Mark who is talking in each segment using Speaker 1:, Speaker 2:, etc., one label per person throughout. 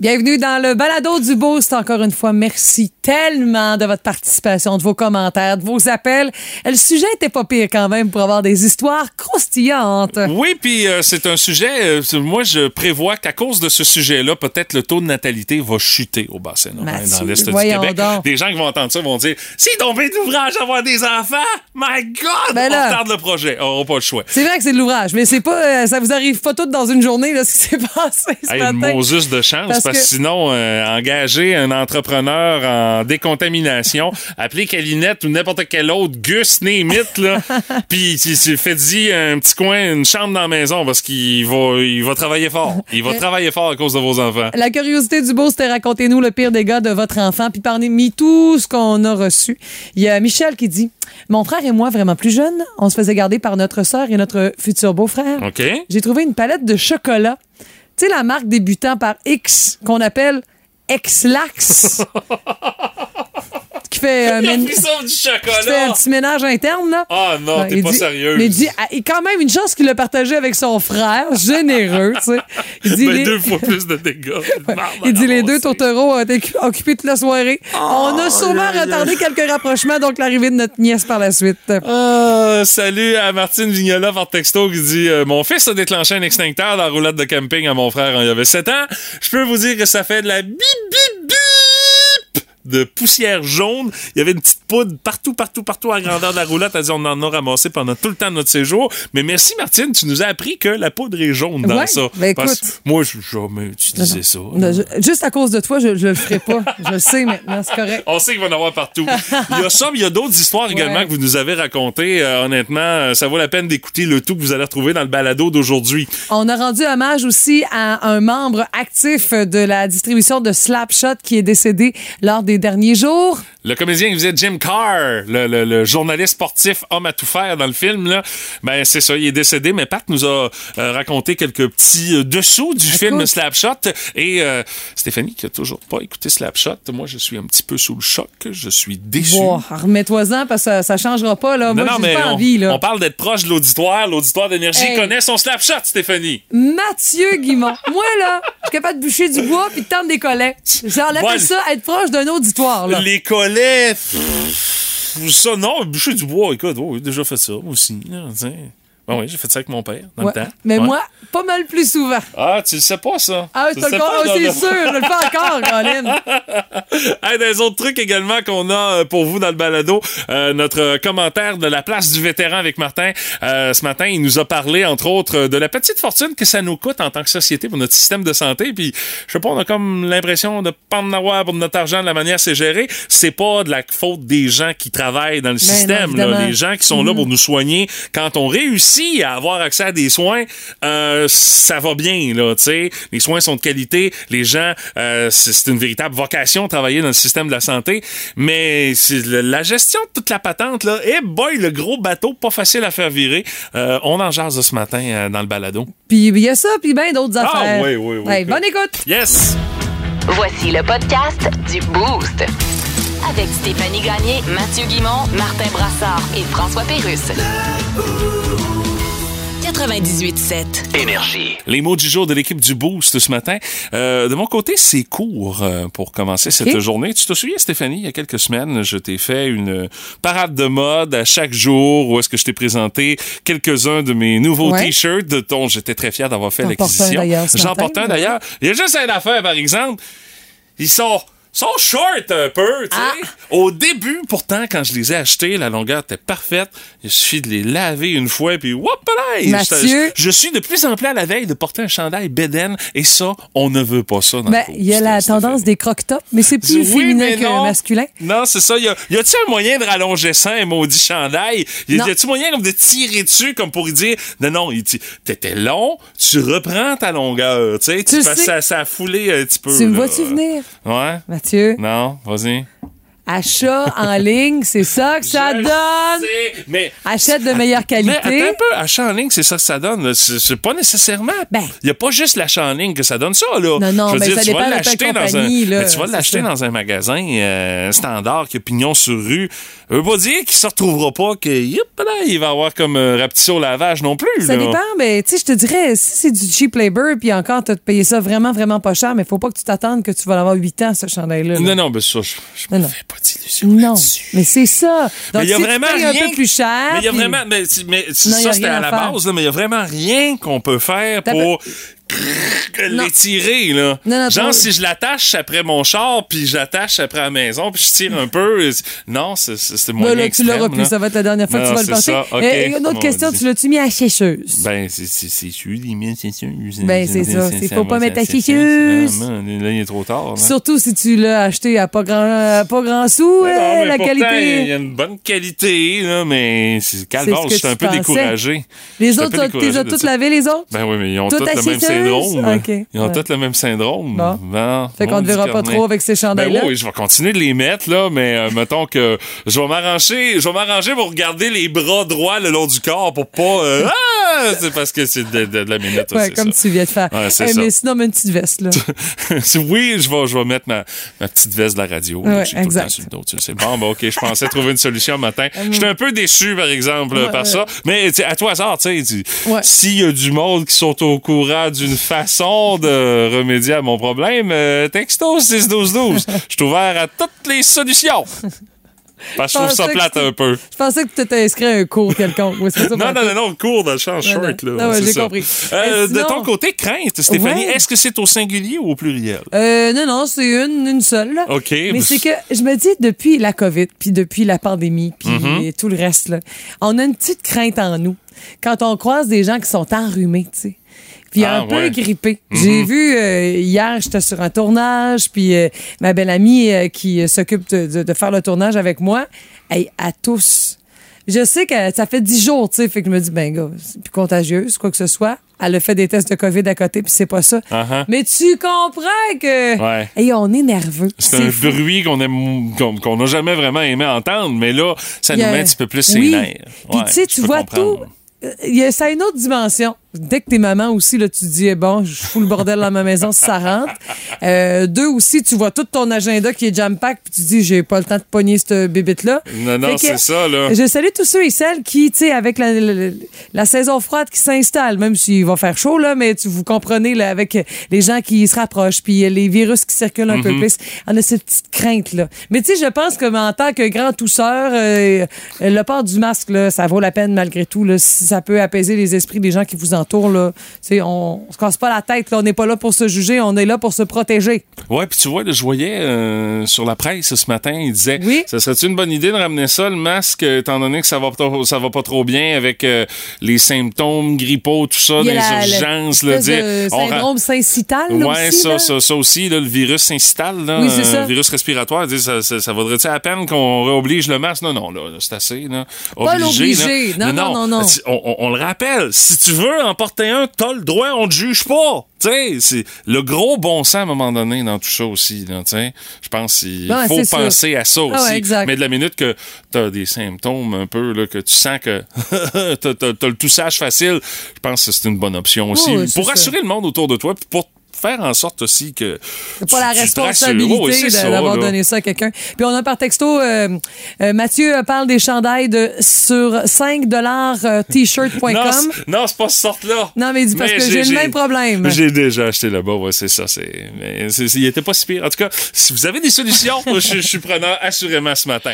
Speaker 1: Bienvenue dans le balado du Boost. Encore une fois, merci tellement de votre participation, de vos commentaires, de vos appels. Eh, Le sujet était pas pire quand même pour avoir des histoires croustillantes.
Speaker 2: Oui, puis euh, c'est un sujet. euh, moi, je prévois qu'à cause de ce sujet-là, peut-être le taux de natalité va chuter au bassin nord, hein,
Speaker 1: Mathieu,
Speaker 2: dans l'est du
Speaker 1: voyons
Speaker 2: Québec.
Speaker 1: donc.
Speaker 2: Des gens qui vont entendre ça vont dire Si tombé d'ouvrage à avoir des enfants, my God,
Speaker 1: Ben
Speaker 2: on
Speaker 1: là.
Speaker 2: retarde le projet. On n'aura pas le choix.
Speaker 1: C'est vrai que c'est de l'ouvrage, mais c'est pas, euh, ça vous arrive pas toutes dans une journée, là, ce qui s'est passé ce
Speaker 2: Hey, une
Speaker 1: matin.
Speaker 2: Moses de chance, parce,
Speaker 1: Parce
Speaker 2: que
Speaker 1: que-
Speaker 2: sinon, euh, engager un entrepreneur en décontamination, appeler Calinette ou n'importe quel autre, Gus, Némite, là, puis tu, tu fais dit un petit coin, une chambre dans la maison, parce qu'il va, il va travailler fort. Il va travailler fort à cause de vos enfants.
Speaker 1: Euh, La curiosité du beau, c'était racontez-nous le pire dégât de votre enfant, puis parmi tout ce qu'on a reçu. Il y a Michel qui dit Mon frère et moi, vraiment plus jeunes, on se faisait garder par notre sœur et notre futur beau-frère.
Speaker 2: OK?
Speaker 1: J'ai trouvé une palette de chocolat. Tu sais, la marque débutant par X, qu'on appelle X-Lax. qui fait, un
Speaker 2: Il a
Speaker 1: mén-
Speaker 2: pris ça du
Speaker 1: qui fait un
Speaker 2: chocolat!
Speaker 1: petit ménage interne, là.
Speaker 2: Ah non,
Speaker 1: Ouais,
Speaker 2: t'es
Speaker 1: il
Speaker 2: pas
Speaker 1: dit-
Speaker 2: sérieux.
Speaker 1: Mais il dit, ah, et quand même, une chance qu'il l'a partagé avec son frère, généreux, tu sais. Il dit, les-
Speaker 2: Ben, deux fois plus de dégâts.
Speaker 1: il dit les deux tourtereaux ont été cu- occupés toute la soirée.
Speaker 2: Oh,
Speaker 1: On a sûrement retardé quelques rapprochements, donc l'arrivée de notre nièce par la suite.
Speaker 2: Ah, salut à Martine Vignola par texto qui dit euh, Mon fils a déclenché un extincteur dans la roulette de camping à mon frère quand il avait 7 ans. Je peux vous dire que ça fait de la bip bip bip de poussière jaune. Il y avait une petite poudre partout, partout, partout à la grandeur de la roulette. Elle dit On en a ramassé pendant tout le temps de notre séjour. Mais merci Martine, tu nous as appris que la poudre est jaune dans
Speaker 1: Ouais,
Speaker 2: ça.
Speaker 1: ben
Speaker 2: Parce
Speaker 1: écoute.
Speaker 2: que moi, je jamais utilisé ça.
Speaker 1: Non, je- juste à cause de toi, je, je le ferai pas. Je le sais maintenant, c'est correct.
Speaker 2: On sait qu'il va y en avoir partout. Il y a ça, mais il y a d'autres histoires également
Speaker 1: Ouais.
Speaker 2: que vous nous avez racontées. Euh, honnêtement, euh, ça vaut la peine d'écouter le tout que vous allez retrouver dans le balado d'aujourd'hui.
Speaker 1: On a rendu hommage aussi à un membre actif de la distribution de Slapshot qui est décédé lors des derniers jours.
Speaker 2: Le comédien qui faisait Jim Carr, le, le- le journaliste sportif homme à tout faire dans le film, là, ben c'est ça, il est décédé, mais Pat nous a euh, raconté quelques petits euh, dessous du film Slapshot. Et euh, Stéphanie, qui a toujours pas écouté Slapshot, moi je suis un petit peu sous le choc, je suis déçu.
Speaker 1: Wow, remets-toi-en parce que ça, ça changera pas, là.
Speaker 2: Non,
Speaker 1: Ah, Moi,
Speaker 2: non,
Speaker 1: j'ai
Speaker 2: mais
Speaker 1: pas
Speaker 2: on,
Speaker 1: envie, là.
Speaker 2: on parle d'être proche de l'auditoire. L'auditoire d'énergie
Speaker 1: Hey.
Speaker 2: connaît son slapshot, Stéphanie.
Speaker 1: Mathieu Guimont. Moi, là, je suis capable de bûcher du bois puis de tendre des collets. J'enlève
Speaker 2: Ouais.
Speaker 1: ça, être proche d'un auditoire, là.
Speaker 2: Les collets. pff, Ça, non, bûcher du bois, écoute, oh, j'ai déjà fait ça, moi aussi. là, tu sais. Ben oui, j'ai fait ça avec mon père, dans
Speaker 1: Ouais.
Speaker 2: le temps.
Speaker 1: Mais
Speaker 2: Ouais.
Speaker 1: moi, pas mal plus souvent.
Speaker 2: Ah, tu le sais pas, ça.
Speaker 1: Ah,
Speaker 2: Tu
Speaker 1: c'est
Speaker 2: le sais pas, non, non.
Speaker 1: sûr, je le fais encore, Colin.
Speaker 2: Hey, des autres trucs également qu'on a euh, pour vous dans le balado, euh, notre euh, commentaire de la place du vétéran avec Martin. Euh, ce matin, il nous a parlé, entre autres, euh, de la petite fortune que ça nous coûte en tant que société pour notre système de santé. Puis, je sais pas, on a comme l'impression de pas en avoir pour notre argent de la manière c'est géré. C'est pas de la faute des gens qui travaillent dans le
Speaker 1: Ben non,
Speaker 2: système. là.
Speaker 1: évidemment.
Speaker 2: Les gens qui sont là pour nous soigner. Quand on réussit à avoir accès à des soins, euh, ça va bien, là, tu sais. Les soins sont de qualité. Les gens, euh, c'est c'est une véritable vocation de travailler dans le système de la santé. Mais c'est le- la gestion de toute la patente, là, eh boy, le gros bateau, pas facile à faire virer. Euh, on en jase ce matin euh, dans le balado.
Speaker 1: Puis il y a ça, puis bien d'autres
Speaker 2: Ah,
Speaker 1: affaires.
Speaker 2: oui, oui, oui.
Speaker 1: Hey, bonne écoute.
Speaker 2: Yes!
Speaker 3: Voici le podcast du Boost. Avec Stéphanie Gagné, Mathieu Guimont, Martin Brassard et François Pérusse. 98.7.
Speaker 4: Énergie.
Speaker 2: Les mots du jour de l'équipe du Boost ce matin. Euh, de mon côté, c'est court euh, pour commencer cette journée. Tu te souviens, Stéphanie, il y a quelques semaines, je t'ai fait une parade de mode à chaque jour où est-ce que je t'ai présenté quelques-uns de mes nouveaux
Speaker 1: Ouais.
Speaker 2: t-shirts dont j'étais très fier d'avoir fait
Speaker 1: T'en portes un
Speaker 2: l'acquisition.
Speaker 1: d'ailleurs ce
Speaker 2: J'en
Speaker 1: matin,
Speaker 2: porte un
Speaker 1: ouais.
Speaker 2: d'ailleurs. Il y a juste une affaire, par exemple. Ils sont sont short un peu, tu sais.
Speaker 1: Ah.
Speaker 2: Au début, pourtant, quand je les ai achetés, la longueur était parfaite. Il suffit de les laver une fois, puis whoop
Speaker 1: Mathieu,
Speaker 2: je suis de plus en plus à la veille de porter un chandail Beden et ça, on ne veut pas ça. Dans
Speaker 1: Ben,
Speaker 2: le
Speaker 1: il y a la
Speaker 2: Stéphanie.
Speaker 1: tendance des croque-tops, mais c'est plus
Speaker 2: Oui, mais
Speaker 1: féminin que
Speaker 2: non.
Speaker 1: masculin.
Speaker 2: Non, c'est ça. Y a- y a-tu un moyen de rallonger ça, un maudit chandail? Y a-
Speaker 1: Non.
Speaker 2: y a-tu moyen comme de tirer dessus, comme pour y dire, non, non, il dit, t'étais long, tu reprends ta longueur, tu sais, tu
Speaker 1: Tu
Speaker 2: passes
Speaker 1: sais.
Speaker 2: ça, ça a foulé un petit peu.
Speaker 1: Tu me
Speaker 2: là.
Speaker 1: vois-tu venir,
Speaker 2: Ouais.
Speaker 1: Mathieu?
Speaker 2: Non, vas-y.
Speaker 1: Achat en ligne, c'est ça que ça
Speaker 2: Je le
Speaker 1: donne.
Speaker 2: sais, mais
Speaker 1: Achète de meilleure qualité.
Speaker 2: Mais attends un peu, achat en ligne, c'est ça que ça donne. là. C'est c'est pas nécessairement. Il
Speaker 1: Ben.
Speaker 2: n'y a pas juste l'achat en ligne que ça donne ça, là.
Speaker 1: Non, non,
Speaker 2: Je veux
Speaker 1: mais
Speaker 2: dire,
Speaker 1: ça
Speaker 2: tu vas
Speaker 1: dépend de ta
Speaker 2: l'acheter dans un,
Speaker 1: compagnie, là,
Speaker 2: mais tu vas
Speaker 1: c'est
Speaker 2: l'acheter
Speaker 1: ça.
Speaker 2: dans un magasin euh, standard qui a pignon sur rue. Ça veut pas dire qu'il se retrouvera pas que, yip, là, il va avoir comme un rapetisser au lavage non plus,
Speaker 1: Ça
Speaker 2: là.
Speaker 1: dépend, mais tu sais, je te dirais, si c'est du cheap labor, puis encore, t'as payé ça vraiment, vraiment pas cher, mais faut pas que tu t'attendes que tu vas l'avoir 8 ans, ce chandail-là. là.
Speaker 2: Non, non, ben ça, je, je
Speaker 1: Non,
Speaker 2: me
Speaker 1: non.
Speaker 2: fais pas d'illusions
Speaker 1: Non,
Speaker 2: là-dessus.
Speaker 1: mais c'est ça. Donc,
Speaker 2: Mais il y a
Speaker 1: si tu
Speaker 2: vraiment
Speaker 1: payes
Speaker 2: rien
Speaker 1: un peu plus cher.
Speaker 2: Mais il y a
Speaker 1: puis-
Speaker 2: vraiment. Mais, c'est- mais c'est-
Speaker 1: Non, il y a
Speaker 2: ça, c'était
Speaker 1: rien
Speaker 2: à
Speaker 1: à
Speaker 2: la
Speaker 1: faire.
Speaker 2: base, là, mais il y a vraiment rien qu'on peut faire
Speaker 1: T'as
Speaker 2: pour l'étirer, là.
Speaker 1: Non, non,
Speaker 2: Genre,
Speaker 1: t'as-
Speaker 2: si je l'attache après mon char, puis je l'attache après la maison, puis je tire un peu. et c'est- Non, c'est- c'est c'est moins
Speaker 1: Là, là, tu
Speaker 2: extrême,
Speaker 1: l'auras
Speaker 2: là.
Speaker 1: plus, ça va être la dernière fois
Speaker 2: Non,
Speaker 1: que tu vas
Speaker 2: c'est
Speaker 1: le
Speaker 2: ça,
Speaker 1: porter.
Speaker 2: ok.
Speaker 1: Et une autre
Speaker 2: Bon,
Speaker 1: question,
Speaker 2: dis.
Speaker 1: tu l'as-tu mis à la sécheuse?
Speaker 2: Ben, c'est- c'est c'est sûr, les miens, c'est sûr.
Speaker 1: Ben, c'est ça, c'est- faut pas
Speaker 2: ouais,
Speaker 1: mettre
Speaker 2: c'est-
Speaker 1: la
Speaker 2: c'est-
Speaker 1: chicheuse.
Speaker 2: Ah, man, Là, il est trop tard. là.
Speaker 1: Surtout si tu l'as acheté à pas grand, à pas grand sou, hein,
Speaker 2: Non, mais
Speaker 1: la
Speaker 2: pourtant, Il y
Speaker 1: qualité.
Speaker 2: a une bonne qualité, là, mais c'est calvaire,
Speaker 1: ce que
Speaker 2: je suis un
Speaker 1: tu
Speaker 2: peu
Speaker 1: pensais.
Speaker 2: découragé.
Speaker 1: Les
Speaker 2: je suis un
Speaker 1: autres,
Speaker 2: peu
Speaker 1: t'as-
Speaker 2: découragé
Speaker 1: t'es as
Speaker 2: de
Speaker 1: toutes
Speaker 2: ça.
Speaker 1: lavées, les autres?
Speaker 2: Ben oui, mais ils ont
Speaker 1: Tout
Speaker 2: tous le même
Speaker 1: acheteuse?
Speaker 2: syndrome. hein.
Speaker 1: Ok,
Speaker 2: Ils ont
Speaker 1: ouais.
Speaker 2: tous le même syndrome.
Speaker 1: Bon.
Speaker 2: Bon,
Speaker 1: Fait qu'on ne
Speaker 2: maudit
Speaker 1: verra pas
Speaker 2: cornet.
Speaker 1: trop avec ces
Speaker 2: Ben
Speaker 1: chandails-là.
Speaker 2: oui, je vais continuer de les mettre, là, mais euh, mettons que je vais m'arranger, je vais m'arranger pour garder les bras droits le long du corps pour pas. euh, ah! C'est parce que c'est de, de- de la minute
Speaker 1: Ouais,
Speaker 2: aussi.
Speaker 1: comme
Speaker 2: ça.
Speaker 1: tu viens de faire.
Speaker 2: Ouais, c'est
Speaker 1: Eh,
Speaker 2: ça.
Speaker 1: mais sinon, mets une petite veste, là.
Speaker 2: Si oui, je vais, je vais mettre ma, ma petite veste de la radio. là,
Speaker 1: Ouais,
Speaker 2: que j'ai tout le
Speaker 1: exact.
Speaker 2: temps sur le dos, tu le sais. Bon, ben, OK, je pensais trouver une solution un matin. J'étais un peu déçu, par exemple,
Speaker 1: Ouais,
Speaker 2: par
Speaker 1: ouais.
Speaker 2: ça. Mais tu sais, à tout hasard, tu sais, tu-
Speaker 1: Ouais.
Speaker 2: s'il y a du monde qui sont au courant d'une façon de remédier à mon problème, euh, texto 61212. Je suis ouvert à toutes les solutions. Parce que je trouve ça
Speaker 1: Pensais que
Speaker 2: plate
Speaker 1: c'était-
Speaker 2: un peu.
Speaker 1: Je pensais que tu t'étais inscrit à un cours quelconque. Oui, c'est ça,
Speaker 2: Non, non, non, non, court dans le champ
Speaker 1: non.
Speaker 2: short, là.
Speaker 1: Non, ouais,
Speaker 2: c'est
Speaker 1: j'ai
Speaker 2: ça.
Speaker 1: compris.
Speaker 2: Euh,
Speaker 1: Mais
Speaker 2: de
Speaker 1: sinon-
Speaker 2: ton côté, crainte, Stéphanie,
Speaker 1: Ouais.
Speaker 2: est-ce que c'est au singulier ou au pluriel?
Speaker 1: Euh, non, non, c'est une, une seule. là.
Speaker 2: OK.
Speaker 1: Mais c'est que je me dis, depuis la COVID, puis depuis la pandémie, puis
Speaker 2: Mm-hmm.
Speaker 1: tout le reste, là, on a une petite crainte en nous quand on croise des gens qui sont enrhumés, tu sais. Puis
Speaker 2: Ah,
Speaker 1: un peu
Speaker 2: ouais.
Speaker 1: grippés. J'ai vu euh, hier, j'étais sur un tournage, puis euh, ma belle amie euh, qui euh, s'occupe de, de- de faire le tournage avec moi, elle, à tous. Je sais que ça fait dix jours, tu sais, fait que je me dis, ben gars, c'est plus contagieuse, quoi que ce soit. Elle a fait des tests de COVID à côté, puis c'est pas ça.
Speaker 2: Uh-huh.
Speaker 1: Mais tu comprends que.
Speaker 2: Ouais.
Speaker 1: Hey, on est nerveux.
Speaker 2: C'est un
Speaker 1: fou.
Speaker 2: bruit qu'on aime, qu'on qu'on n'a jamais vraiment aimé entendre, mais là, ça
Speaker 1: Il y
Speaker 2: nous
Speaker 1: a-
Speaker 2: met un petit peu plus ses
Speaker 1: Oui.
Speaker 2: nerfs.
Speaker 1: Puis
Speaker 2: Ouais,
Speaker 1: tu sais,
Speaker 2: je
Speaker 1: tu
Speaker 2: peux
Speaker 1: vois
Speaker 2: comprendre.
Speaker 1: tout. Euh, il y a- ça a une autre dimension. Dès que t'es maman aussi, là, tu te dis, eh bon, je fous le bordel dans ma maison si ça rentre. Euh, deux aussi, tu vois tout ton agenda qui est jam-pack, puis tu dis, j'ai pas le temps de pogner cette bébite-là.
Speaker 2: Non, non,
Speaker 1: Fait que-
Speaker 2: c'est ça, là.
Speaker 1: Je salue tous ceux et celles qui, tu sais, avec la, la- la saison froide qui s'installe, même s'il va faire chaud, là, mais tu, vous comprenez, là, avec les gens qui se rapprochent, puis euh, les virus qui circulent un
Speaker 2: Mhm.
Speaker 1: peu plus, on a cette petite crainte-là. Mais tu sais, je pense que en tant que grand tousseur, euh, le port du masque, là, ça vaut la peine malgré tout. Là, si ça peut apaiser les esprits des gens qui vous entourent, là, tu sais, on, on se casse pas la tête, là, on n'est pas là pour se juger, on est là pour se protéger.
Speaker 2: Ouais, puis tu vois, là, je voyais euh, sur la presse ce matin, il disait,
Speaker 1: Oui.
Speaker 2: ça serait-tu une bonne idée de ramener ça, le masque, euh, étant donné que ça va, pas trop- ça va pas trop bien avec euh, les symptômes grippaux, tout ça, dans
Speaker 1: Il y a
Speaker 2: les
Speaker 1: la- la-
Speaker 2: urgences, le dire.
Speaker 1: l'espèce de
Speaker 2: on ra-
Speaker 1: syndrome syncytal, là,
Speaker 2: Ouais,
Speaker 1: aussi,
Speaker 2: ça,
Speaker 1: là.
Speaker 2: ça, ça aussi, là, le virus s'installe, là,
Speaker 1: Oui, c'est ça.
Speaker 2: le virus respiratoire. dis, Ça, ça, ça vaudrait-tu la peine qu'on réoblige le masque? Non, non, là, là, c'est assez. Là.
Speaker 1: Pas
Speaker 2: là.
Speaker 1: l'obliger. Non, non, non, non.
Speaker 2: Si- On, on- on le rappelle, si tu veux en porter un, t'as le droit, on te juge pas. Tu sais, c'est le gros bon sens à un moment donné dans tout ça aussi. là, tu sais. Je pense qu'il
Speaker 1: Ouais,
Speaker 2: faut
Speaker 1: Ben, c'est sûr.
Speaker 2: penser à ça aussi.
Speaker 1: Ah ouais, exact.
Speaker 2: Mais de la minute que t'as des symptômes un peu, là, que tu sens que t'as t'as- t'as le toussage facile, je pense que c'est une bonne option aussi.
Speaker 1: oui, c'est
Speaker 2: pour
Speaker 1: ça.
Speaker 2: rassurer le monde autour de toi, puis pour faire en sorte aussi que.
Speaker 1: C'est pas la
Speaker 2: tu- tu te rassures.
Speaker 1: responsabilité
Speaker 2: Oh, oui, c'est
Speaker 1: de-
Speaker 2: ça,
Speaker 1: d'avoir
Speaker 2: là.
Speaker 1: donné ça à quelqu'un. Puis on a par texto, euh, euh, Mathieu parle des chandails de sur 5 euh, t-shirt.com.
Speaker 2: Non, c'est- non, c'est pas cette sorte-là.
Speaker 1: Non, mais dis parce que j'ai le même problème.
Speaker 2: J'ai déjà acheté là-bas, ouais, c'est ça. C'est, mais c'est- c'est- il était pas si pire. En tout cas, si vous avez des solutions, moi, je, je suis preneur assurément ce matin.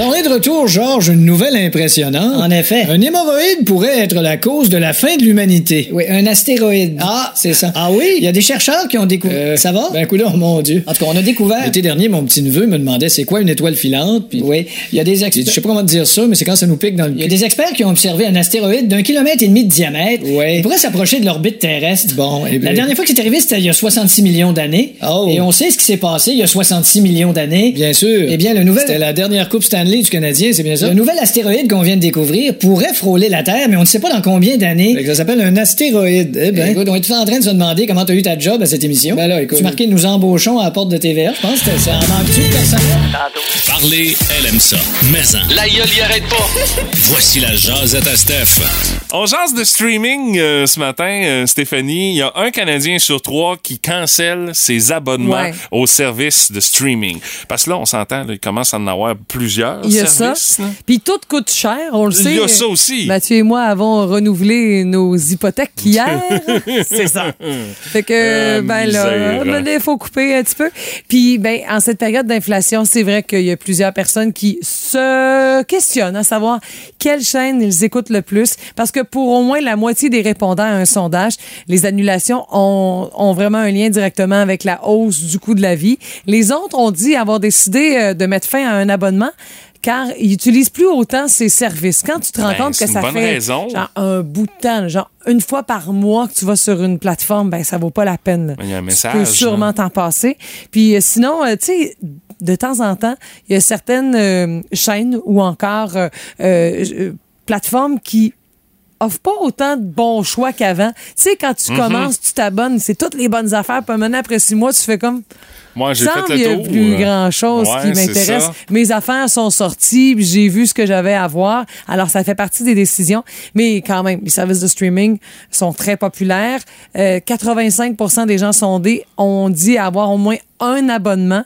Speaker 4: On est de retour, Georges, une nouvelle impressionnante.
Speaker 5: En effet.
Speaker 4: Un hémorroïde pourrait être la cause de la fin de l'humanité.
Speaker 5: Oui, un astéroïde.
Speaker 4: Ah,
Speaker 5: c'est ça.
Speaker 4: Ah oui?
Speaker 5: Il y a des chercheurs qui ont découvert.
Speaker 4: Euh,
Speaker 5: ça va?
Speaker 4: Ben, coudonc, mon Dieu.
Speaker 5: en tout cas, on a découvert.
Speaker 4: L'été dernier, mon petit-neveu me demandait c'est quoi une étoile filante, puis
Speaker 5: Oui, il y a des
Speaker 4: j'ai dit, je sais
Speaker 5: experts.
Speaker 4: pas comment te dire ça, mais c'est quand ça nous pique dans le
Speaker 5: Il y a des experts qui ont observé un astéroïde d'un kilomètre et demi de diamètre.
Speaker 4: Ouais.
Speaker 5: Il pourrait s'approcher de l'orbite terrestre.
Speaker 4: Bon, eh bien.
Speaker 5: La dernière fois que c'est arrivé, c'était il y a 66 millions d'années.
Speaker 4: Oh.
Speaker 5: Et on sait ce qui s'est passé il y a 66 millions d'années.
Speaker 4: Bien sûr.
Speaker 5: Eh bien, le nouvel-
Speaker 4: C'était la dernière Coupe Stanley
Speaker 5: Stanley du Canadien, c'est bien ça? Le nouvel astéroïde qu'on vient de découvrir pourrait frôler la Terre, mais on ne sait pas dans combien d'années.
Speaker 4: Fait que ça s'appelle un astéroïde. Eh ben.
Speaker 5: Écoute, on est tous en train de se demander comment t'as eu ta job à cette émission.
Speaker 4: Ben là, écoute.
Speaker 5: Tu marquais nous embauchons à la porte de TVA. Je pense que ça en manque-tu de personne?
Speaker 6: Parler, elle aime ça. Maison.
Speaker 7: La gueule, y arrête pas.
Speaker 6: Voici la jasette à Steph.
Speaker 2: On jase de streaming euh, ce matin, euh, Stéphanie. Il y a un Canadien sur trois qui cancelle ses abonnements
Speaker 1: Ouais.
Speaker 2: aux services de streaming. Parce que là, on s'entend, là, il commence à en avoir plusieurs
Speaker 1: Il y a ça.
Speaker 2: services. là.
Speaker 1: Puis tout coûte cher, on le
Speaker 2: Il
Speaker 1: sait.
Speaker 2: y a ça aussi.
Speaker 1: Mathieu et moi avons renouvelé nos hypothèques hier. C'est ça. Fait que,
Speaker 2: Ah,
Speaker 1: ben là,
Speaker 2: misère.
Speaker 1: ben là, il faut couper un petit peu. Puis, ben, en cette période d'inflation, c'est vrai qu'il y a plusieurs personnes qui se questionnent à savoir quelle chaîne ils écoutent le plus. Parce que pour au moins la moitié des répondants à un sondage, les annulations ont, ont vraiment un lien directement avec la hausse du coût de la vie. Les autres ont dit avoir décidé euh, de mettre fin à un abonnement car ils n'utilisent plus autant ces services. Quand tu te rends
Speaker 2: Ben,
Speaker 1: compte que
Speaker 2: c'est une
Speaker 1: ça
Speaker 2: bonne
Speaker 1: fait
Speaker 2: raison.
Speaker 1: genre un bout de temps, là, genre une fois par mois que tu vas sur une plateforme, ben ça vaut pas la peine. là.
Speaker 2: Il y a un
Speaker 1: Tu peux
Speaker 2: message,
Speaker 1: sûrement
Speaker 2: hein.
Speaker 1: t'en passer. Puis euh, sinon, euh, tu sais, de temps en temps, il y a certaines euh, chaînes ou encore euh, euh, euh, plateformes qui offre pas autant de bons choix qu'avant. Tu sais, quand
Speaker 2: Mm-hmm.
Speaker 1: tu commences, tu t'abonnes, c'est toutes les bonnes affaires. Puis maintenant, après six mois, tu fais comme...
Speaker 2: Moi, j'ai
Speaker 1: Semble
Speaker 2: fait
Speaker 1: il y
Speaker 2: le
Speaker 1: a
Speaker 2: tour. euh.
Speaker 1: plus grand chose
Speaker 2: Ouais,
Speaker 1: qui
Speaker 2: c'est
Speaker 1: m'intéresse.
Speaker 2: ça.
Speaker 1: Mes affaires sont sorties, puis j'ai vu ce que j'avais à voir. Alors ça fait partie des décisions, mais quand même, les services de streaming sont très populaires. Euh, 85% des gens sondés ont dit avoir au moins un abonnement.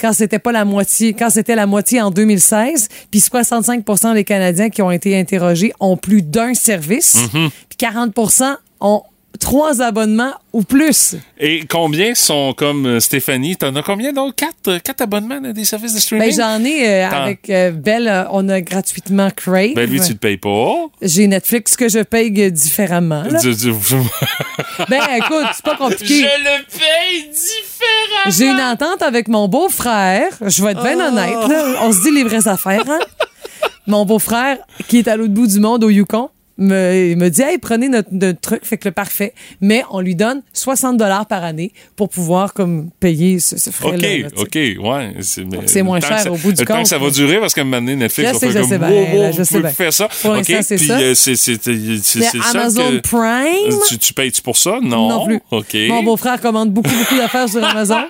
Speaker 1: Quand c'était pas la moitié, quand c'était la moitié en 2016, puis 65% des Canadiens qui ont été interrogés ont plus d'un service,
Speaker 2: Mm-hmm. Mhm.
Speaker 1: puis 40% ont trois abonnements ou plus.
Speaker 2: Et combien sont comme euh, Stéphanie? T'en as combien donc? Quatre, euh, quatre abonnements là, des services de streaming?
Speaker 1: Ben, j'en ai euh,
Speaker 2: Tant.
Speaker 1: avec euh, Belle, euh, on a gratuitement Crave.
Speaker 2: Ben, lui, tu le payes pas.
Speaker 1: J'ai Netflix que je paye euh, différemment. là.
Speaker 2: Du- du-
Speaker 1: Ben écoute, c'est pas compliqué.
Speaker 2: le paye différemment.
Speaker 1: J'ai une entente avec mon beau-frère. Je vais être bien honnête. là. On se dit les vraies affaires. Hein? mon beau-frère, qui est à l'autre bout du monde, au Yukon, me, il me dit Hey, prenez notre, notre truc, fait que le parfait. Mais on lui donne 60 par année pour pouvoir comme payer ce, ce frais-là. là,
Speaker 2: OK,
Speaker 1: tu sais.
Speaker 2: OK, ouais. C'est mais
Speaker 1: c'est moins
Speaker 2: le temps que
Speaker 1: cher au bout du
Speaker 2: Le temps
Speaker 1: compte,
Speaker 2: que ça va
Speaker 1: là.
Speaker 2: durer, parce qu'à un moment donné, Netflix
Speaker 1: Je
Speaker 2: va
Speaker 1: sais,
Speaker 2: faire
Speaker 1: je
Speaker 2: comme
Speaker 1: sais bien,
Speaker 2: wow, wow,
Speaker 1: là, je
Speaker 2: vous
Speaker 1: sais
Speaker 2: pouvez
Speaker 1: bien.
Speaker 2: plus faire ça.
Speaker 1: Pour
Speaker 2: OK,
Speaker 1: l'instant, c'est
Speaker 2: puis
Speaker 1: ça.
Speaker 2: euh, c'est c'est- c'est- c'est-
Speaker 1: Mais
Speaker 2: c'est ça
Speaker 1: Amazon
Speaker 2: que- Euh,
Speaker 1: Prime.
Speaker 2: Tu, tu payes-tu pour ça? Non.
Speaker 1: Non plus.
Speaker 2: OK.
Speaker 1: Mon beau-frère commande beaucoup, beaucoup d'affaires sur Amazon.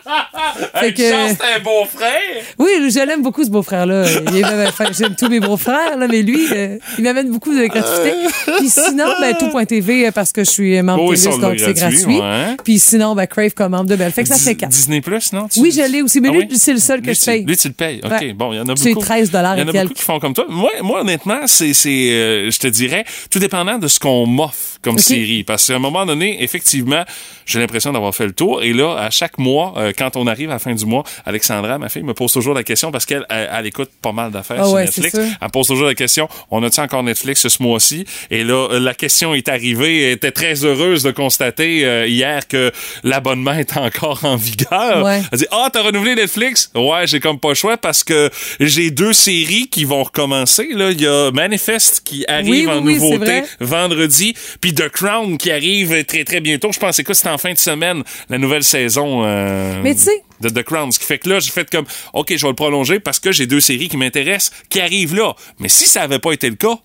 Speaker 2: Hey,
Speaker 1: que-
Speaker 2: chance, t'es un beau frère.
Speaker 1: Oui, je l'aime beaucoup, ce beau-frère-là. Il est même- enfin, J'aime tous mes beaux-frères, là, mais lui, euh, il m'amène beaucoup de gratuité. Puis sinon, ben, tout.tv, euh, parce que je suis membre
Speaker 2: Oh,
Speaker 1: de
Speaker 2: ils
Speaker 1: TELUS,
Speaker 2: sont là
Speaker 1: donc c'est
Speaker 2: gratuits,
Speaker 1: gratuit.
Speaker 2: ouais.
Speaker 1: Puis sinon, ben, Crave comme membre de Belle. Fait que ça
Speaker 2: Dis-
Speaker 1: fait 4.
Speaker 2: Disney Plus, non? Tu-
Speaker 1: Oui, je l'ai aussi, mais
Speaker 2: Ah
Speaker 1: lui,
Speaker 2: oui?
Speaker 1: c'est le seul que
Speaker 2: Lui,
Speaker 1: je
Speaker 2: tu-
Speaker 1: paye.
Speaker 2: Lui, tu le payes. OK.
Speaker 1: Ouais.
Speaker 2: Bon, il y en a
Speaker 1: C'est
Speaker 2: beaucoup.
Speaker 1: 13
Speaker 2: Il y en
Speaker 1: et
Speaker 2: a
Speaker 1: quelques.
Speaker 2: beaucoup qui font comme toi. Moi, moi honnêtement, c'est, c'est, euh, je te dirais, tout dépendant de ce qu'on m'offre comme série. Parce qu'à un moment donné, effectivement, j'ai l'impression d'avoir fait le tour. Et là, à chaque mois, euh, quand on arrive à la fin du mois, Alexandra, ma fille, me pose toujours la question parce qu'elle elle, elle écoute pas mal d'affaires
Speaker 1: Ah
Speaker 2: sur
Speaker 1: ouais,
Speaker 2: Netflix.
Speaker 1: c'est sûr.
Speaker 2: Elle me pose toujours la question, on a-tu encore Netflix ce mois-ci? Et là, euh, la question est arrivée. Elle était très heureuse de constater euh, hier que l'abonnement est encore en vigueur.
Speaker 1: Ouais.
Speaker 2: Elle dit Ah, t'as renouvelé Netflix? Ouais, j'ai comme pas le choix parce que j'ai deux séries qui vont recommencer. Là. Il y a Manifest qui arrive
Speaker 1: Oui,
Speaker 2: en
Speaker 1: oui, oui, c'est
Speaker 2: nouveauté
Speaker 1: vrai.
Speaker 2: vendredi, puis The Crown qui arrive très très bientôt. Je pense que c'est en fin de semaine, la nouvelle saison euh,
Speaker 1: Mais tu sais-
Speaker 2: de The Crown. Ce qui fait que là, j'ai fait comme OK, je vais le prolonger parce que j'ai deux séries qui m'intéressent qui arrivent là. Mais si ça avait pas été le cas,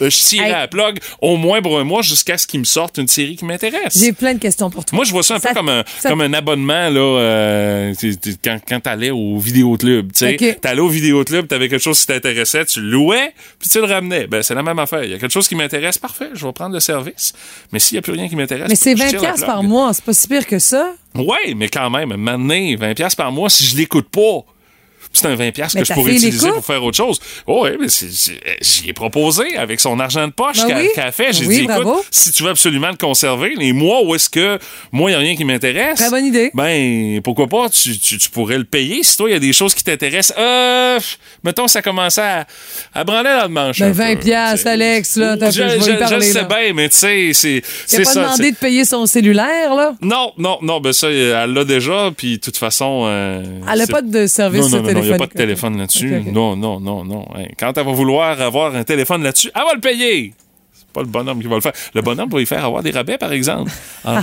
Speaker 2: je tirais
Speaker 1: Hey.
Speaker 2: à la plug au moins pour un mois jusqu'à ce qu'il me sorte une série qui m'intéresse.
Speaker 1: J'ai plein de questions pour toi.
Speaker 2: Moi, je vois ça un
Speaker 1: Ça-
Speaker 2: peu comme un,
Speaker 1: ça-
Speaker 2: comme un abonnement, là, euh, t'es- t'es- quand, quand t'allais au vidéoclub, tu sais.
Speaker 1: Ok.
Speaker 2: T'allais au vidéoclub, t'avais quelque chose qui t'intéressait, tu louais, puis tu le ramenais. Ben, c'est la même affaire. Il y a quelque chose qui m'intéresse, parfait, je vais prendre le service. Mais s'il n'y a plus rien qui m'intéresse,
Speaker 1: Mais c'est
Speaker 2: je
Speaker 1: 20
Speaker 2: tire la
Speaker 1: piastres par
Speaker 2: plug.
Speaker 1: mois, c'est pas si pire que ça.
Speaker 2: Ouais, mais quand même, maintenant, 20 pièces par mois, si je l'écoute pas, c'est un 20 pièces
Speaker 1: Mais
Speaker 2: que je
Speaker 1: ta
Speaker 2: pourrais
Speaker 1: fille
Speaker 2: utiliser
Speaker 1: l'écoute?
Speaker 2: pour faire autre chose. ouais, mais c'est- c'est- euh, j'y ai proposé avec son argent de poche
Speaker 1: Ben
Speaker 2: qu'elle
Speaker 1: oui.
Speaker 2: qu'elle a fait. J'ai
Speaker 1: Oui,
Speaker 2: dit, écoute,
Speaker 1: bravo.
Speaker 2: si tu veux absolument le conserver, les mois où est-ce que moi, il n'y a rien qui m'intéresse.
Speaker 1: Très bonne idée.
Speaker 2: Ben, pourquoi pas, tu, tu, tu pourrais le payer si toi, il y a des choses qui t'intéressent. Euh, mettons, ça commençait à, à branler dans le manche.
Speaker 1: Ben,
Speaker 2: un
Speaker 1: 20
Speaker 2: peu.
Speaker 1: piastres, Alex, là, t'as
Speaker 2: je,
Speaker 1: peu, je vais y
Speaker 2: je- je le
Speaker 1: parler,
Speaker 2: sais
Speaker 1: là.
Speaker 2: bien, mais tu sais, c'est
Speaker 1: Il a
Speaker 2: c'est
Speaker 1: pas
Speaker 2: ça, c'est-
Speaker 1: demandé de payer son cellulaire, là.
Speaker 2: non, non, non, ben ça, euh, elle l'a déjà, puis de toute façon... euh,
Speaker 1: Elle a
Speaker 2: c'est-
Speaker 1: pas de service
Speaker 2: non, non, non, non, il n'y a pas de
Speaker 1: téléphonique.
Speaker 2: téléphone là-dessus.
Speaker 1: Ok, ok.
Speaker 2: Non, non, non, non. Hey, quand elle va vouloir avoir un téléphone là-dessus, elle va le payer. C'est pas le bonhomme qui va le faire. Le bonhomme va lui faire avoir des rabais, par exemple, en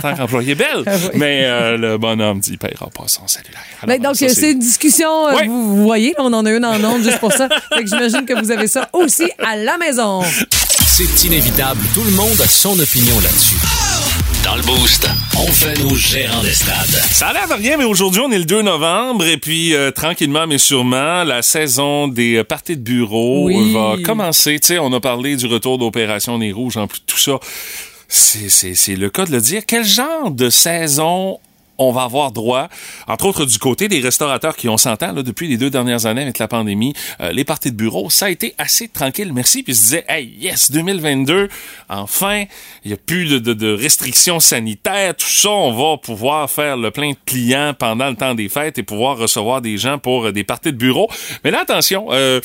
Speaker 2: tant qu'employé belle.
Speaker 1: Ah oui.
Speaker 2: Mais euh, le bonhomme dit, il paiera pas son cellulaire. Alors,
Speaker 1: Ben, donc,
Speaker 2: ça,
Speaker 1: c'est une discussion, euh,
Speaker 2: Ouais.
Speaker 1: vous, vous voyez, là, on en a une en ondes juste pour ça. fait que j'imagine que vous avez ça aussi à la maison.
Speaker 6: C'est inévitable. Tout le monde a son opinion là-dessus. Dans le boost, on fait nos gérants des stades.
Speaker 2: Ça a l'air de rien, mais aujourd'hui, on est le 2 novembre, et puis euh, tranquillement, mais sûrement, la saison des euh, parties de bureau
Speaker 1: Oui.
Speaker 2: va commencer. Tu sais, on a parlé du retour d'Opération Nez Rouge, en plus, tout ça. C'est- C'est c'est le cas de le dire. Quel genre de saison on va avoir droit, entre autres du côté des restaurateurs qui, on s'entend, là, depuis les deux dernières années avec la pandémie, euh, les parties de bureau, ça a été assez tranquille, merci. Puis je disais, hey, yes, 2022, enfin, il n'y a plus de, de- de restrictions sanitaires, tout ça, on va pouvoir faire le plein de clients pendant le temps des fêtes et pouvoir recevoir des gens pour euh, des parties de bureau. Mais là, attention, euh,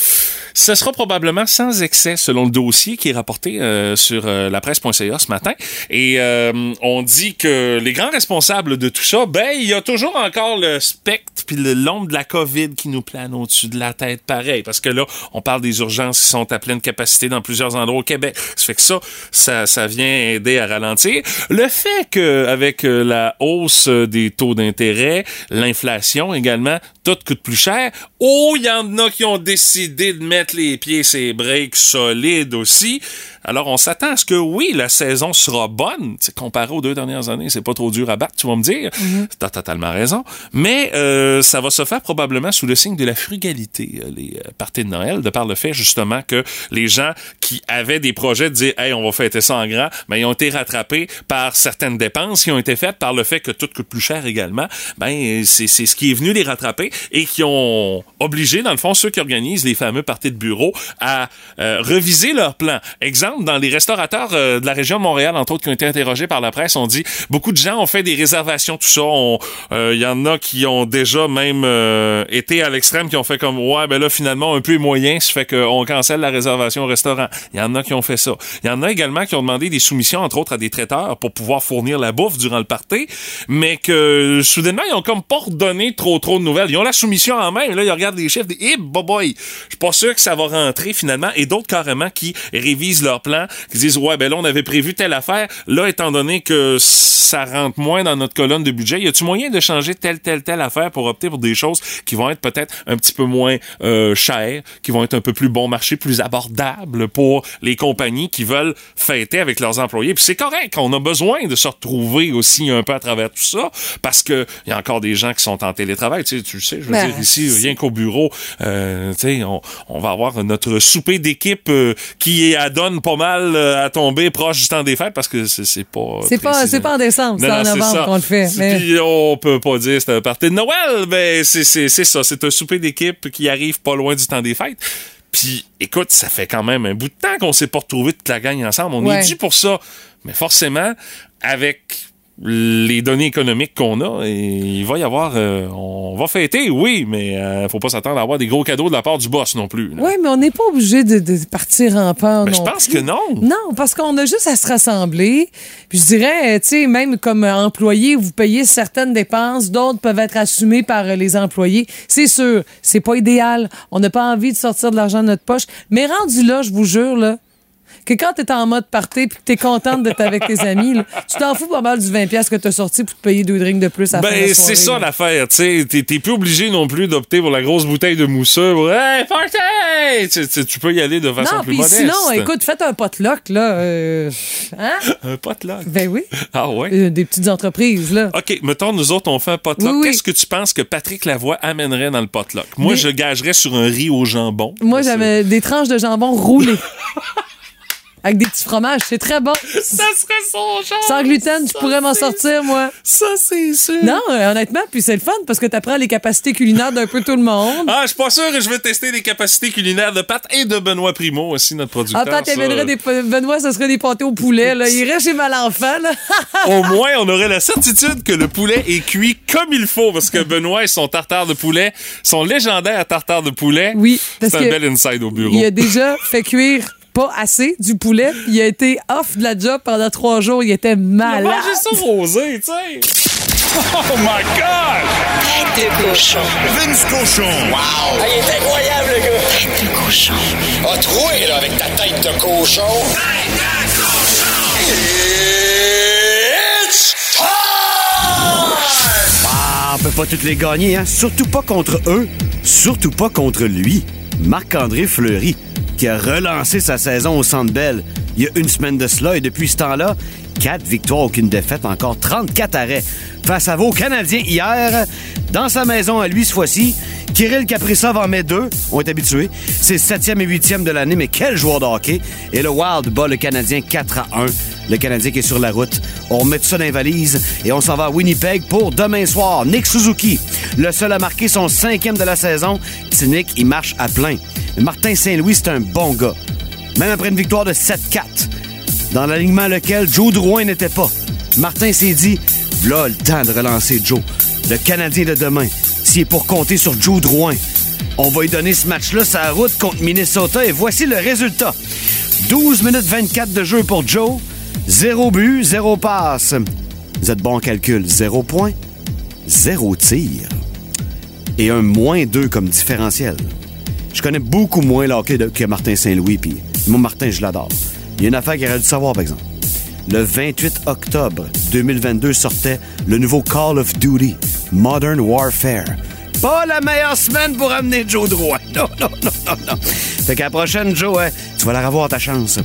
Speaker 2: ce sera probablement sans excès, selon le dossier qui est rapporté euh, sur euh, la presse.ca ce matin. Et euh, on dit que les grands responsables de tout ça, ben, il y a toujours encore le spectre puis le l'ombre de la COVID qui nous plane au-dessus de la tête, pareil. Parce que là, on parle des urgences qui sont à pleine capacité dans plusieurs endroits au Québec. Ça fait que ça, ça, ça vient aider à ralentir. Le fait que avec euh, la hausse euh, des taux d'intérêt, l'inflation également, tout coûte plus cher. Oh, il y en a qui ont décidé de mettre les pieds sur les breaks solides aussi. Alors, on s'attend à ce que oui, la saison sera bonne. Tu sais, comparé aux deux dernières années, c'est pas trop dur à battre, tu vas me dire. T'as totalement raison. Mais euh, ça va se faire probablement sous le signe de la frugalité, euh, les euh, parties de Noël, de par le fait justement que les gens qui avaient des projets de dire Hey, on va fêter ça en grand, mais ils ont été rattrapés par certaines dépenses qui ont été faites par le fait que tout coûte plus cher également. Ben, c'est c'est ce qui est venu les rattraper et qui ont obligé, dans le fond, ceux qui organisent les fameux parties de bureau à euh, reviser leur plan. Exemple, dans les restaurateurs euh, de la région de Montréal, entre autres, qui ont été interrogés par la presse, on dit beaucoup de gens ont fait des réservations, tout ça. On- euh, Il y en a qui ont déjà même euh, été à l'extrême, qui ont fait comme ouais, ben là finalement un peu moyen, ça fait qu'on cancelle la réservation au restaurant. Il y en a qui ont fait ça. Il y en a également qui ont demandé des soumissions, entre autres, à des traiteurs pour pouvoir fournir la bouffe durant le party, mais que soudainement ils ont comme pas redonné trop trop de nouvelles. Ils ont la soumission en main, mais là ils regardent les chiffres, des hey, boy, je suis pas sûr que ça va rentrer finalement. Et d'autres carrément qui révisent leur plan, qui disent ouais ben là on avait prévu telle affaire, là étant donné que ça rentre moins dans notre colonne de budget, y a-tu moyen de changer telle telle telle affaire pour opter pour des choses qui vont être peut-être un petit peu moins euh, chères, qui vont être un peu plus bon marché, plus abordables pour les compagnies qui veulent fêter avec leurs employés. Puis c'est correct, on a besoin de se retrouver aussi un peu à travers tout ça parce que il y a encore des gens qui sont en télétravail, tu sais, tu le sais, je veux
Speaker 1: Ben,
Speaker 2: dire ici rien qu'au bureau, euh, tu sais, on, on va avoir notre souper d'équipe euh, qui adonne pas mal euh, à tomber proche du temps des fêtes parce que c'est c'est pas
Speaker 1: C'est pas,
Speaker 2: précis-
Speaker 1: c'est pas en décembre, c'est
Speaker 2: non,
Speaker 1: en
Speaker 2: non, ça.
Speaker 1: novembre qu'on le fait. Mais...
Speaker 2: Puis on peut pas dire c'est un party de Noël, mais c'est, c'est, c'est ça. C'est un souper d'équipe qui arrive pas loin du temps des fêtes. Puis écoute, ça fait quand même un bout de temps qu'on s'est pas retrouvé toute la gang ensemble. On
Speaker 1: Ouais.
Speaker 2: est dû pour ça. Mais forcément, avec les données économiques qu'on a, et il va y avoir... euh, on va fêter, oui, mais euh, faut pas s'attendre à avoir des gros cadeaux de la part du boss non plus. là.
Speaker 1: Oui, mais on n'est pas obligé de, de partir en peur.
Speaker 2: Ben, je
Speaker 1: non
Speaker 2: pense
Speaker 1: plus.
Speaker 2: que non.
Speaker 1: Non, parce qu'on a juste à se rassembler. Puis je dirais, euh, tu sais, même comme euh, employé, vous payez certaines dépenses, d'autres peuvent être assumées par euh, les employés. C'est sûr, c'est pas idéal. On n'a pas envie de sortir de l'argent de notre poche. Mais rendu là, je vous jure, là, que quand t'es en mode party puis que t'es contente d'être avec tes amis, là, tu t'en fous pas mal du 20$ que t'as sorti pour te payer deux drinks de plus à la fin de la
Speaker 2: Ben,
Speaker 1: soirée,
Speaker 2: c'est ça
Speaker 1: là.
Speaker 2: l'affaire, tu sais. T'es- T'es plus obligé non plus d'opter pour la grosse bouteille de mousseux. Ouais, party! Tu, tu- tu peux y aller de façon
Speaker 1: Non,
Speaker 2: plus
Speaker 1: puis
Speaker 2: modeste.
Speaker 1: sinon, écoute, faites un potluck, là. euh, hein?
Speaker 2: Un potluck.
Speaker 1: Ben oui.
Speaker 2: Ah ouais?
Speaker 1: Euh, des petites entreprises, là.
Speaker 2: OK, mettons, nous autres, on fait un potluck.
Speaker 1: Oui, oui.
Speaker 2: Qu'est-ce que tu penses que Patrick Lavoie amènerait dans le potluck? Moi,
Speaker 1: Des-
Speaker 2: je gagerais sur un riz au jambon.
Speaker 1: Moi,
Speaker 2: Ça,
Speaker 1: j'avais des tranches de jambon roulées. Avec des petits fromages, c'est très bon.
Speaker 2: c'est- Ça serait son genre!
Speaker 1: Sans gluten, tu
Speaker 2: Ça,
Speaker 1: pourrais m'en
Speaker 2: c'est-
Speaker 1: sortir, moi.
Speaker 2: Ça, c'est sûr!
Speaker 1: Non, euh, honnêtement, puis c'est le fun parce que t'apprends les capacités culinaires d'un peu tout le monde.
Speaker 2: Ah, je suis pas sûr que je vais tester les capacités culinaires de Pat et de Benoît Primo aussi, notre producteur.
Speaker 1: Ah, Pat,
Speaker 2: ça.
Speaker 1: t'amènerais des. pa- Benoît, ce serait des pâtés au poulet, là. Il irait chez Malenfant, là.
Speaker 2: au moins, on aurait la certitude que le poulet est cuit comme il faut, parce que Benoît et son tartare de poulet, son légendaire tartare de poulet,
Speaker 1: Oui, parce
Speaker 2: c'est un
Speaker 1: que
Speaker 2: bel inside au bureau.
Speaker 1: Il a déjà fait cuire pas assez du poulet. Il a été off de la job pendant trois jours. Il était
Speaker 2: Il a
Speaker 1: malade.
Speaker 2: mangé ça rosé, tu sais. Oh my God!
Speaker 7: Vince Cochon.
Speaker 8: Ah, il est incroyable, le gars! Tête de cochon. Ah, troué, là, avec ta tête de cochon. Tête de cochon!
Speaker 7: It's time!
Speaker 8: Ah, on peut pas toutes les gagner, hein? Surtout pas contre eux, surtout pas contre lui. Marc-André Fleury, qui a relancé sa saison au Centre Bell il y a une semaine de cela, et depuis ce temps-là, quatre victoires, aucune défaite, encore 34 arrêts face à vos Canadiens hier, dans sa maison à lui ce fois-ci. Kirill Kaprizov en met deux, on est habitué. C'est septième et huitième de l'année, mais quel joueur de hockey. Et le Wild bat le Canadien 4 à 1. Le Canadien qui est sur la route. On met tout ça dans les valises et on s'en va à Winnipeg pour demain soir. Nick Suzuki, le seul à marquer son cinquième de la saison. Petit Nick, il marche à plein. Martin Saint-Louis, c'est un bon gars. Même après une victoire de 7-4, dans l'alignement lequel Joe Drouin n'était pas. Martin s'est dit, là, le temps de relancer Joe. Le Canadien de demain, s'il est pour compter sur Joe Drouin. On va lui donner ce match-là sa route contre Minnesota et voici le résultat. 12 minutes 24 de jeu pour Joe. Zéro but, zéro passe. Vous êtes bon en calcul. Zéro point, zéro tir. Et un moins 2 comme différentiel. Je connais beaucoup moins le hockey de- que Martin Saint-Louis, puis moi, Martin, je l'adore. Il y a une affaire qu'il aurait dû savoir, par exemple. Le 28 octobre 2022 sortait le nouveau Call of Duty, Modern Warfare. Pas la meilleure semaine pour amener Joe Drouin. Non, non, non, non, non. Fait qu'à la prochaine, Joe, hein, tu vas la revoir, ta chance.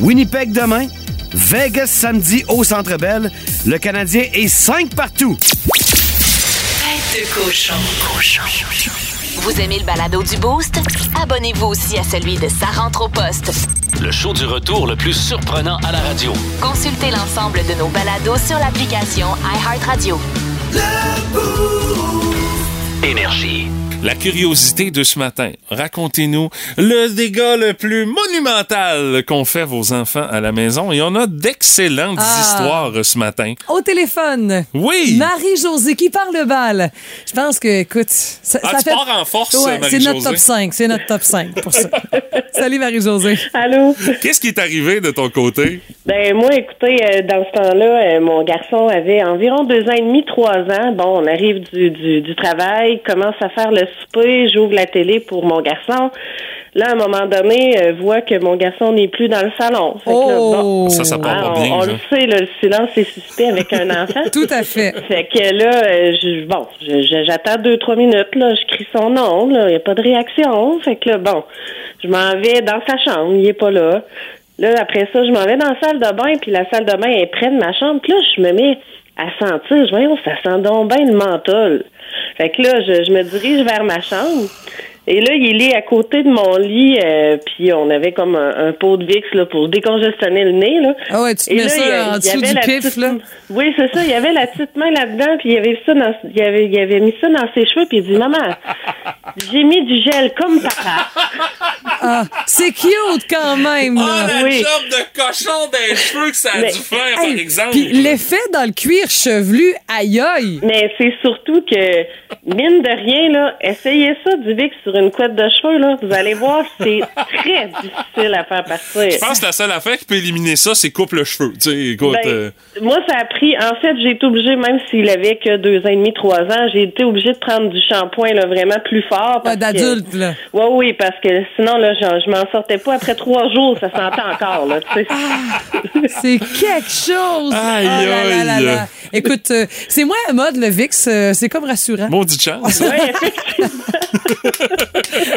Speaker 8: Winnipeg demain, Vegas samedi au Centre Bell. Le Canadien est 5 partout.
Speaker 3: Tête de cochon. Vous aimez le balado du Boost? Abonnez-vous aussi à celui de Sa rentre au poste.
Speaker 6: Le show du retour le plus surprenant à la radio.
Speaker 3: Consultez l'ensemble de nos balados sur l'application iHeartRadio.
Speaker 6: Énergie.
Speaker 2: La curiosité de ce matin. Racontez-nous le dégât le plus monumental qu'ont fait vos enfants à la maison. Et on a d'excellentes
Speaker 1: Ah.
Speaker 2: histoires euh, ce matin.
Speaker 1: Au téléphone.
Speaker 2: Oui.
Speaker 1: Marie-Josée qui parle le bal. Je pense que, écoute, ça,
Speaker 2: Ah,
Speaker 1: ça
Speaker 2: tu
Speaker 1: fait.
Speaker 2: pars en force,
Speaker 1: Ouais, c'est
Speaker 2: Marie-Josée.
Speaker 1: notre top 5. C'est notre top 5 pour ça. Salut, Marie-Josée.
Speaker 9: Allô?
Speaker 2: Qu'est-ce qui est arrivé de ton côté?
Speaker 9: Ben moi, écoutez, euh, dans ce temps-là, euh, mon garçon avait environ deux ans et demi, trois ans. Bon, on arrive du, du, du travail, commence à faire le souper, j'ouvre la télé pour mon garçon. Là, à un moment donné, euh, voit que mon garçon n'est plus dans le salon. Fait que là, bon,
Speaker 1: Oh!
Speaker 2: Ça, ça part
Speaker 9: ah,
Speaker 2: pas
Speaker 9: on,
Speaker 2: bien.
Speaker 9: on
Speaker 2: ça.
Speaker 9: le sait, là, le silence est suspect avec un enfant.
Speaker 1: Tout à fait.
Speaker 9: Fait que là, euh, je, bon, je- je- j'attends deux, trois minutes, là, je crie son nom, là, il n'y a pas de réaction. Fait que là, bon, je m'en vais dans sa chambre, il est pas là. Là, après ça, je m'en vais dans la salle de bain, puis la salle de bain est près de ma chambre. Puis là, je me mets à sentir, je voyons, ça sent donc bien le menthol. Fait que là, je, je me dirige vers ma chambre. Et là, il est à côté de mon lit, euh, puis on avait comme un, un pot de Vicks là, pour décongestionner le nez. Là.
Speaker 1: Ah ouais, tu te
Speaker 9: Et
Speaker 1: mets ça
Speaker 9: il y a-
Speaker 1: en
Speaker 9: il y
Speaker 1: dessous
Speaker 9: avait
Speaker 1: du
Speaker 9: la
Speaker 1: pif,
Speaker 9: petite-
Speaker 1: là.
Speaker 9: Oui, c'est ça. Il y avait la petite main là-dedans, puis il y avait ça dans, il y avait, il y avait mis ça dans ses cheveux, puis il dit Maman, j'ai mis du gel comme papa.
Speaker 1: Ah, c'est cute quand même.
Speaker 2: Ah,
Speaker 1: là.
Speaker 2: la
Speaker 9: Oui.
Speaker 2: job de cochon des cheveux que ça a
Speaker 9: Mais-
Speaker 2: dû faire, par
Speaker 1: Hey,
Speaker 2: exemple.
Speaker 1: Puis l'effet dans le cuir chevelu, aïe aïe.
Speaker 9: Mais c'est surtout que, mine de rien, là, essayez ça du Vic sur une couette de cheveux, là. Vous allez voir, c'est très difficile à faire partir.
Speaker 2: Je pense que la seule affaire qui peut éliminer ça, c'est coupe le cheveu. Tu sais, écoute.
Speaker 9: Ben,
Speaker 2: euh,
Speaker 9: Moi, ça a pris. En fait, j'ai été obligée, même s'il avait que deux ans et demi, trois ans, j'ai été obligée de prendre du shampoing là, vraiment plus fort. parce
Speaker 1: Pas
Speaker 9: que-
Speaker 1: d'adulte, là.
Speaker 9: Oui, oui, parce que sinon, là, je, je m'en sortais pas. Après trois jours, ça sentait encore, là, tu sais.
Speaker 1: C'est quelque chose.
Speaker 2: Aïe,
Speaker 1: Ah là là là
Speaker 2: aïe.
Speaker 1: là. Écoute, euh, c'est moins à mode le VIX, euh, c'est comme rassurant.
Speaker 2: Maudite chance.
Speaker 9: Ouais, effectivement.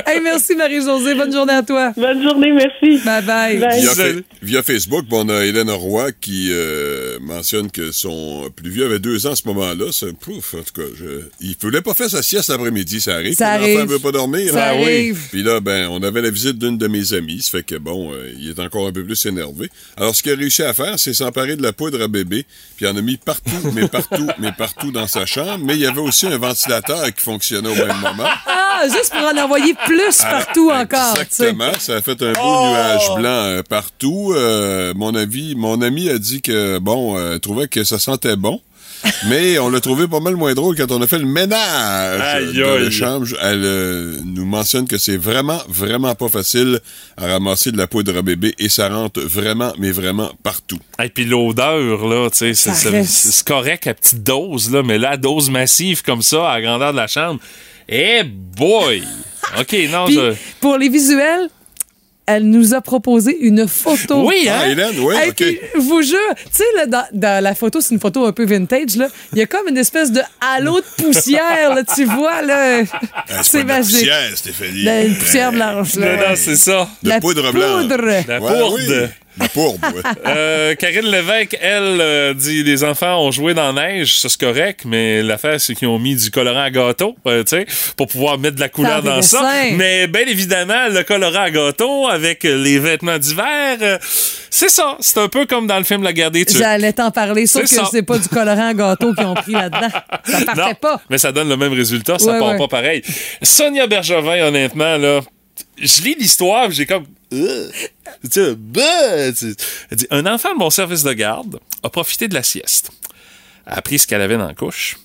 Speaker 1: Hey, merci Marie-Josée, bonne journée à toi.
Speaker 9: Bonne journée, merci.
Speaker 1: Bye bye.
Speaker 9: Bye.
Speaker 10: Via,
Speaker 2: Salut.
Speaker 10: fa- via Facebook, ben, on a Hélène Roy qui euh, mentionne que son plus vieux avait deux ans à ce moment-là. C'est pouf, en tout cas. Je, il voulait pas faire sa sieste l'après-midi, ça arrive.
Speaker 1: Ça
Speaker 10: Puis
Speaker 1: arrive.
Speaker 10: L'enfant veut pas dormir.
Speaker 1: Ça
Speaker 10: Ah oui.
Speaker 1: arrive.
Speaker 10: Puis là, ben, on avait la visite d'une de mes amies. Ça fait que bon, euh, il est encore un peu plus énervé. Alors, ce qu'il a réussi à faire, c'est s'emparer de la poudre à bébé. Puis il en a mis partout, mais partout, mais partout dans sa chambre. Mais il y avait aussi un ventilateur qui fonctionnait au même moment.
Speaker 1: Ah, juste pour en envoyer plus
Speaker 10: Alors,
Speaker 1: partout encore. tu sais. Oh!
Speaker 10: Ah, Exactement, ça a fait un beau nuage blanc euh, partout. Euh, mon avis, mon ami a dit que bon, euh, elle trouvait que ça sentait bon. Mais on l'a trouvé pas mal moins drôle quand on a fait le ménage
Speaker 2: Aïe,
Speaker 10: dans
Speaker 2: aïe.
Speaker 10: le chambre. Elle euh, nous mentionne que c'est vraiment, vraiment pas facile à ramasser de la poudre à bébé et ça rentre vraiment, mais vraiment partout.
Speaker 2: Et puis l'odeur, là, tu sais, c'est-
Speaker 1: Ça
Speaker 2: c'est
Speaker 1: reste.
Speaker 2: c'est correct à petite dose, là, mais la dose massive comme ça, à la grandeur de la chambre, eh boy! OK, non,
Speaker 1: Puis
Speaker 2: je-
Speaker 1: pour les visuels, elle nous a proposé une photo.
Speaker 2: Oui, hein? Ah, Hélène, oui,
Speaker 1: Et
Speaker 2: OK.
Speaker 1: puis, je vous jure, tu sais, là, dans, dans la photo, c'est une photo un peu vintage, là. Il y a comme une espèce de halo de poussière, là, tu vois, là.
Speaker 10: Ah,
Speaker 1: c'est
Speaker 10: pas de la
Speaker 1: magique.
Speaker 10: poussière, Stéphanie.
Speaker 1: La une poussière blanche, là.
Speaker 2: Non, non, c'est ça.
Speaker 10: De
Speaker 1: La
Speaker 10: poudre
Speaker 1: poudre.
Speaker 10: blanche.
Speaker 2: La
Speaker 10: Ouais,
Speaker 2: pourde.
Speaker 10: oui. La pourde, ouais.
Speaker 2: Euh, Karine Lévesque, elle, euh, dit les enfants ont joué dans la neige, ça c'est correct, mais l'affaire, c'est qu'ils ont mis du colorant à gâteau, euh, tu sais, pour pouvoir mettre de la couleur
Speaker 1: Faire des
Speaker 2: dans ça.
Speaker 1: dessins.
Speaker 2: Mais bien évidemment, le colorant à gâteau avec euh, les vêtements d'hiver, euh, c'est ça. C'est un peu comme dans le film La guerre des tucs.
Speaker 1: J'allais t'en parler, sauf
Speaker 2: C'est
Speaker 1: que
Speaker 2: ça.
Speaker 1: c'est pas du colorant à gâteau qu'ils ont pris là-dedans. Ça partait
Speaker 2: Non,
Speaker 1: pas.
Speaker 2: Mais ça donne le même résultat, ça
Speaker 1: Ouais,
Speaker 2: part
Speaker 1: ouais.
Speaker 2: pas pareil. Sonia Bergevin, honnêtement, là, je lis l'histoire, j'ai comme. Euh, tu sais, bah, tu sais. Elle dit Un enfant de mon service de garde a profité de la sieste, a pris ce qu'elle avait dans la couche,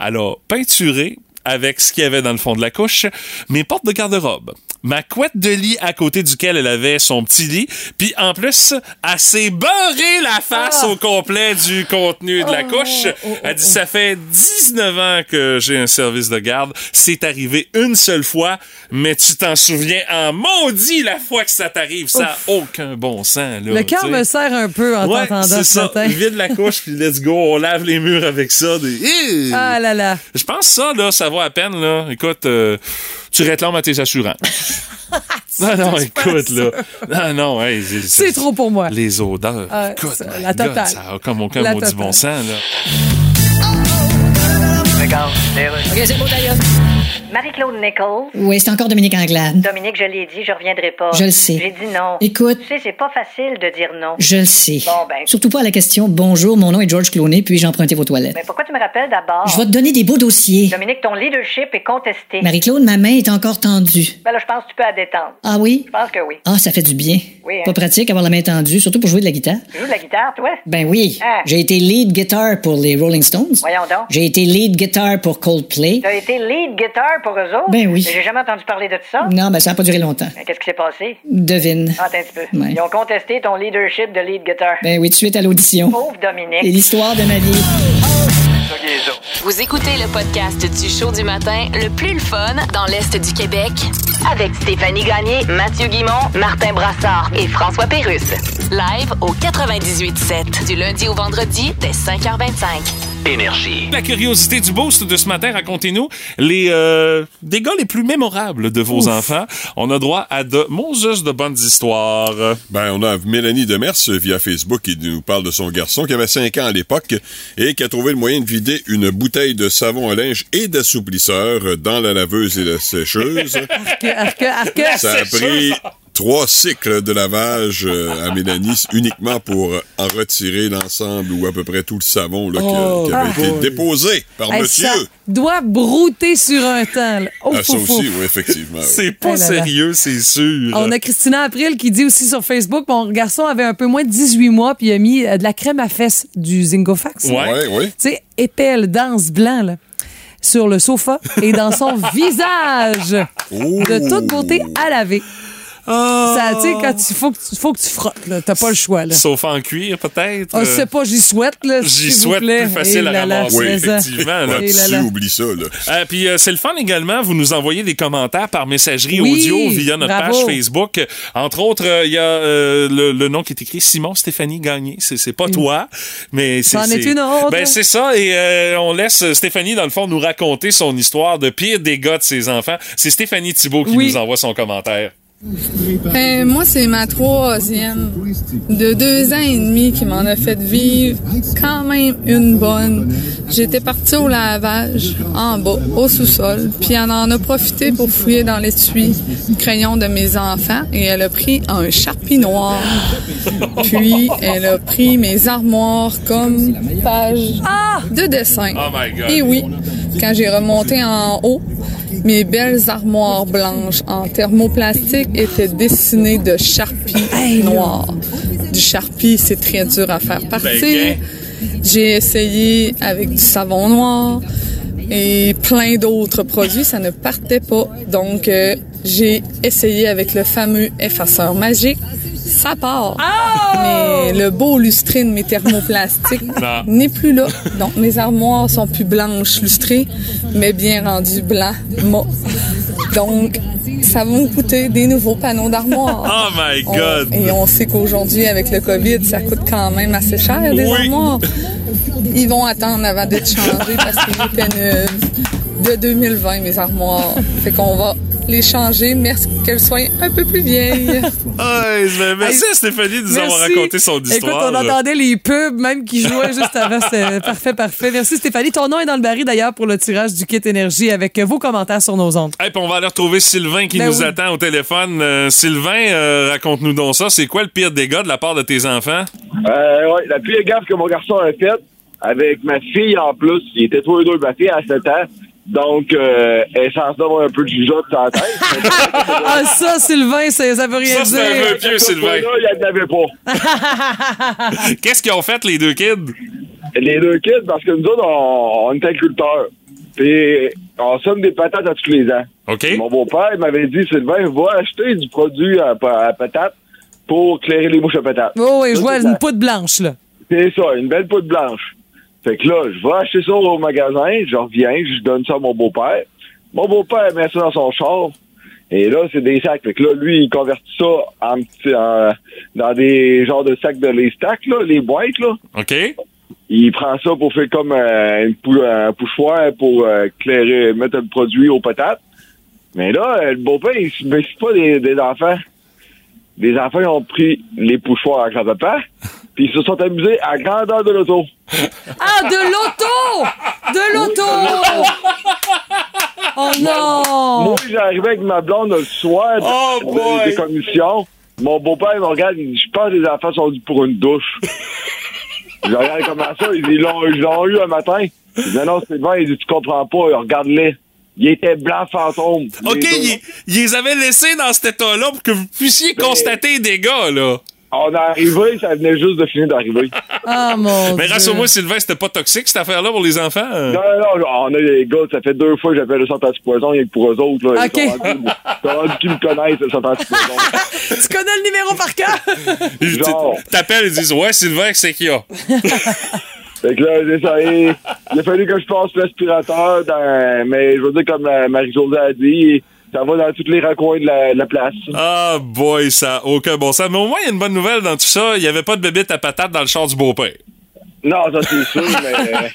Speaker 2: elle a peinturé avec ce qu'il y avait dans le fond de la couche, mes portes de garde-robe, ma couette de lit à côté duquel elle avait son petit lit, puis en plus, elle s'est beurrée la face
Speaker 1: Ah!
Speaker 2: au complet du contenu de la
Speaker 1: Oh,
Speaker 2: couche. Elle dit, ça fait 19 ans que j'ai un service de garde, c'est arrivé une seule fois, mais tu t'en souviens en maudit la fois que ça t'arrive, ça a aucun bon sens. Là,
Speaker 1: Le cœur
Speaker 2: tu sais.
Speaker 1: me serre un peu en
Speaker 2: Ouais,
Speaker 1: t'entendant
Speaker 2: c'est
Speaker 1: ce
Speaker 2: ça.
Speaker 1: matin.
Speaker 2: Vide la couche, puis let's go, on lave les murs avec ça. Des... Eh!
Speaker 1: Ah là là.
Speaker 2: Je pense ça, là, ça vaut à peine, là. Écoute, euh, tu réclames à tes assurances. non, non, écoute, là. Non, non, hey,
Speaker 1: C'est trop pour moi.
Speaker 2: Les odeurs.
Speaker 1: Ah,
Speaker 2: écoute,
Speaker 1: ça,
Speaker 2: my
Speaker 1: la
Speaker 2: God,
Speaker 1: totale.
Speaker 2: ça a comme aucun
Speaker 1: La
Speaker 2: maudit
Speaker 1: totale.
Speaker 2: bon sens, là.
Speaker 11: Marie-Claude Nichols.
Speaker 5: Oui, c'est encore Dominique Anglade.
Speaker 11: Dominique, je l'ai dit, je reviendrai pas.
Speaker 5: Je le sais.
Speaker 11: J'ai dit non.
Speaker 5: Écoute.
Speaker 11: Tu sais, c'est pas facile de dire non.
Speaker 5: Je le sais.
Speaker 11: Bon, ben.
Speaker 5: Surtout pas à la question Bonjour, mon nom est George Clooney, puis-je emprunter vos toilettes?
Speaker 11: Mais pourquoi tu me rappelles d'abord?
Speaker 5: Je vais te donner des beaux dossiers.
Speaker 11: Dominique, ton leadership est contesté.
Speaker 5: Marie-Claude, ma main est encore tendue.
Speaker 11: Ben là, je pense que tu peux la détendre.
Speaker 5: Ah oui?
Speaker 11: Je pense que oui.
Speaker 5: Ah, ça fait du bien.
Speaker 11: Oui, hein.
Speaker 5: Pas pratique avoir la main tendue, surtout pour jouer de la guitare.
Speaker 11: Tu joues de la guitare, toi?
Speaker 5: Ben oui.
Speaker 11: Ah.
Speaker 5: J'ai été lead guitar pour les Rolling Stones.
Speaker 11: Voyons donc.
Speaker 5: J'ai été lead guitar pour Coldplay.
Speaker 11: Tu as été lead guitar pour eux autres?
Speaker 5: Ben oui.
Speaker 11: Mais J'ai jamais entendu parler de ça.
Speaker 5: Non, ben ça n'a pas duré longtemps.
Speaker 11: Mais Qu'est-ce qui s'est passé? Ah,
Speaker 5: Devine.
Speaker 11: Attends un petit peu.
Speaker 5: Ouais.
Speaker 11: Ils ont contesté ton leadership de lead guitar.
Speaker 5: Ben oui, de suite à l'audition.
Speaker 11: Pauvre Dominique.
Speaker 5: Et l'histoire de ma vie.
Speaker 3: Vous écoutez le podcast du show du matin le plus le fun dans l'Est du Québec avec Stéphanie Gagné, Mathieu Guimont, Martin Brassard et François Pérus. Live au 98.7 du lundi au vendredi dès 5h25.
Speaker 6: Énergie.
Speaker 2: La curiosité du boost de ce matin, racontez-nous les euh, dégâts les plus mémorables de vos enfants. On a droit à de Moses de bonnes histoires.
Speaker 10: Ben, on a Mélanie Demers euh, via Facebook qui nous parle de son garçon qui avait 5 ans à l'époque et qui a trouvé le moyen de vider une bouteille de savon à linge et d'assouplisseur euh, dans la laveuse et la sécheuse.
Speaker 1: Arc, arc, arc.
Speaker 10: Ça a pris
Speaker 2: hein?
Speaker 10: trois cycles de lavage euh, à Mélanie uniquement pour euh, en retirer l'ensemble ou à peu près tout le savon là, qui-
Speaker 1: Oh,
Speaker 10: qui, avait été
Speaker 1: boy.
Speaker 10: déposé par
Speaker 1: Hey,
Speaker 10: monsieur.
Speaker 1: ça doit brouter sur un temps. là. Oh,
Speaker 10: Ah, ça
Speaker 1: fou, fou.
Speaker 10: aussi, oui, effectivement. oui.
Speaker 2: C'est pas
Speaker 1: Ah là là.
Speaker 2: sérieux, c'est sûr.
Speaker 1: On a Christina April qui dit aussi sur Facebook mon garçon avait un peu moins de 18 mois puis il a mis euh, de la crème à fesses du Zingofax.
Speaker 2: Ouais.
Speaker 10: Ouais, ouais.
Speaker 1: Tu sais, épelle danse blanc là, sur le sofa et dans son visage de toute beauté à laver. Ça, tu sais, quand il faut que tu, faut que tu frottes, là, t'as pas le choix. Là.
Speaker 2: Sauf en cuir, peut-être. euh.
Speaker 1: Ah, c'est pas, j'y souhaite. Là,
Speaker 2: J'y
Speaker 1: s'il vous
Speaker 2: souhaite
Speaker 1: plaît.
Speaker 2: plus facile
Speaker 1: Eh
Speaker 2: à
Speaker 1: là là,
Speaker 2: ramasser,
Speaker 1: c'est ça.
Speaker 2: effectivement. là.
Speaker 10: Ouais,
Speaker 1: Et là
Speaker 10: tu
Speaker 1: là.
Speaker 10: oublie ça, là.
Speaker 2: Euh, puis euh, c'est le fun également, vous nous envoyez des commentaires par messagerie
Speaker 1: Oui,
Speaker 2: audio via notre
Speaker 1: bravo.
Speaker 2: page Facebook. Euh, Entre autres, euh, il y a euh, le, le nom qui est écrit Simon Stéphanie Gagné. C'est, c'est pas toi, mais c'est,
Speaker 1: Mm. C'en est
Speaker 2: c'est-
Speaker 1: une autre.
Speaker 2: Ben c'est ça et euh, on laisse Stéphanie dans le fond nous raconter son histoire de pire dégâts de ses enfants. C'est Stéphanie Thibault qui
Speaker 1: Oui.
Speaker 2: nous envoie son commentaire.
Speaker 12: Ben, moi, c'est ma troisième de deux ans et demi qui m'en a fait vivre quand même une bonne. J'étais partie au lavage en bas, au sous-sol, puis elle en a profité pour fouiller dans l'étui crayon de mes enfants et elle a pris un charpie noir. Puis elle a pris mes armoires comme page de dessin.
Speaker 2: Oh my God.
Speaker 12: Et oui, quand j'ai remonté en haut, mes belles armoires blanches en thermoplastique étaient dessinées de charpie noir. Du charpie, c'est très dur à faire
Speaker 2: Ben,
Speaker 12: partir. J'ai essayé avec du savon noir et plein d'autres produits, ça ne partait pas. Donc, euh, j'ai essayé avec le fameux effaceur magique. Ça part. Mais le beau lustré de mes thermoplastiques
Speaker 2: Non.
Speaker 12: n'est plus là. Donc, mes armoires sont plus blanches lustrées, mais bien rendues blanc, mât. Donc, ça va nous coûter des nouveaux panneaux d'armoire.
Speaker 2: Oh my God!
Speaker 12: et on sait qu'aujourd'hui, avec le COVID, ça coûte quand même assez cher, des
Speaker 2: Oui.
Speaker 12: armoires. Ils vont attendre avant d'être changés parce que j'ai pénible de 2020, mes armoires. Fait qu'on va les changer, mais qu'elles soient un peu plus vieilles.
Speaker 2: Hey, ben, merci à Stéphanie de nous avoir
Speaker 1: Merci.
Speaker 2: raconté son histoire.
Speaker 1: Écoute, on entendait les pubs même qui jouaient juste avant. C'était parfait, parfait. Merci Stéphanie. Ton nom est dans le baril d'ailleurs pour le tirage du kit énergie avec vos commentaires sur nos ondes.
Speaker 2: Hey, puis on va aller retrouver Sylvain qui
Speaker 1: Ben
Speaker 2: nous
Speaker 1: oui.
Speaker 2: attend au téléphone. Euh, Sylvain, euh, raconte-nous donc ça. C'est quoi le pire dégât de la part de tes enfants?
Speaker 13: Euh, ouais, la pire gaffe que mon garçon a faite, avec ma fille en plus, il était tous les deux, ma fille à 7 ans, donc euh, elle s'en sort un peu de jugeote sur la tête.
Speaker 1: Ah, ça, Sylvain, ça, ça veut rien dire.
Speaker 2: Ça, c'est un vœu pieux, Sylvain.
Speaker 13: il n'y avait pas.
Speaker 2: Qu'est-ce qu'ils ont fait, les deux kids?
Speaker 13: Les deux kids, parce que nous autres, on, on est agriculteurs. Puis on somme des patates à tous les ans. Mon beau-père il m'avait dit, Sylvain, va acheter du produit à, pa- à patates pour clairer les mouches à patates.
Speaker 1: Oh, oui, je
Speaker 13: Ça,
Speaker 1: vois
Speaker 13: c'est
Speaker 1: une poudre blanche, là.
Speaker 13: C'est ça, une belle poudre blanche. Fait que là, je vais acheter ça au magasin, je reviens, je donne ça à mon beau-père. Mon beau-père met ça dans son char. Et là, c'est des sacs. Fait que là, lui, il convertit ça en, petit- en- dans des genres de sacs de les stacks, là, les boîtes, là.
Speaker 2: OK.
Speaker 13: Il prend ça pour faire comme euh, une pou- un poussoir pour euh, éclairer- mettre le produit aux patates. Mais là, euh, le beau-père, il se méfie pas des, des enfants. Les enfants ils ont pris les poussoirs à grand-papa, puis ils se sont amusés à grandeur de l'auto.
Speaker 1: Ah, de l'auto! De l'auto! Oh non!
Speaker 13: Moi, j'arrivais avec ma blonde le soir
Speaker 2: Oh,
Speaker 13: pour
Speaker 2: boy!
Speaker 13: des commissions. Mon beau-père il me regarde, il dit Je pense que les enfants sont dus pour une douche. je regarde comment ça, il dit Ils l'ont ils l'ont eu un matin. Je dis Non, non, c'est bon, il dit Tu comprends pas, regarde-les. Il était blanc fantôme.
Speaker 2: OK,
Speaker 13: Les deux.
Speaker 2: ils, ils les avaient laissés dans cet état-là pour que vous puissiez constater les dégâts, là.
Speaker 13: Ben, On est arrivé, ça venait juste de finir d'arriver.
Speaker 1: Ah, mon
Speaker 2: Mais
Speaker 1: Dieu.
Speaker 2: rassure-moi, Sylvain, c'était pas toxique, cette affaire-là, pour les enfants? Euh,
Speaker 13: Non, non, non, on a les gars, ça fait deux fois que j'appelle le centre antipoison, il y a que pour eux autres. Là,
Speaker 1: OK.
Speaker 13: Ils sont rendus- ils sont rendus qu'ils me connaissent, le centre antipoison.
Speaker 1: Tu connais le numéro par cœur?
Speaker 13: Ben,
Speaker 2: Ils t- T'appelles, ils disent, ouais, Sylvain, c'est qui a?
Speaker 13: Fait que là, j'ai ça. et Il a fallu que je passe l'aspirateur, dans, mais je veux dire, comme euh, Marie-Josée a dit, ça va dans tous les recoins de la, de la place.
Speaker 2: Ah, boy, ça a aucun bon sens. Mais au moins, il y a une bonne nouvelle dans tout ça. Il n'y avait pas de bébite à patate dans le char du beau-père.
Speaker 13: Non, ça c'est sûr, mais euh,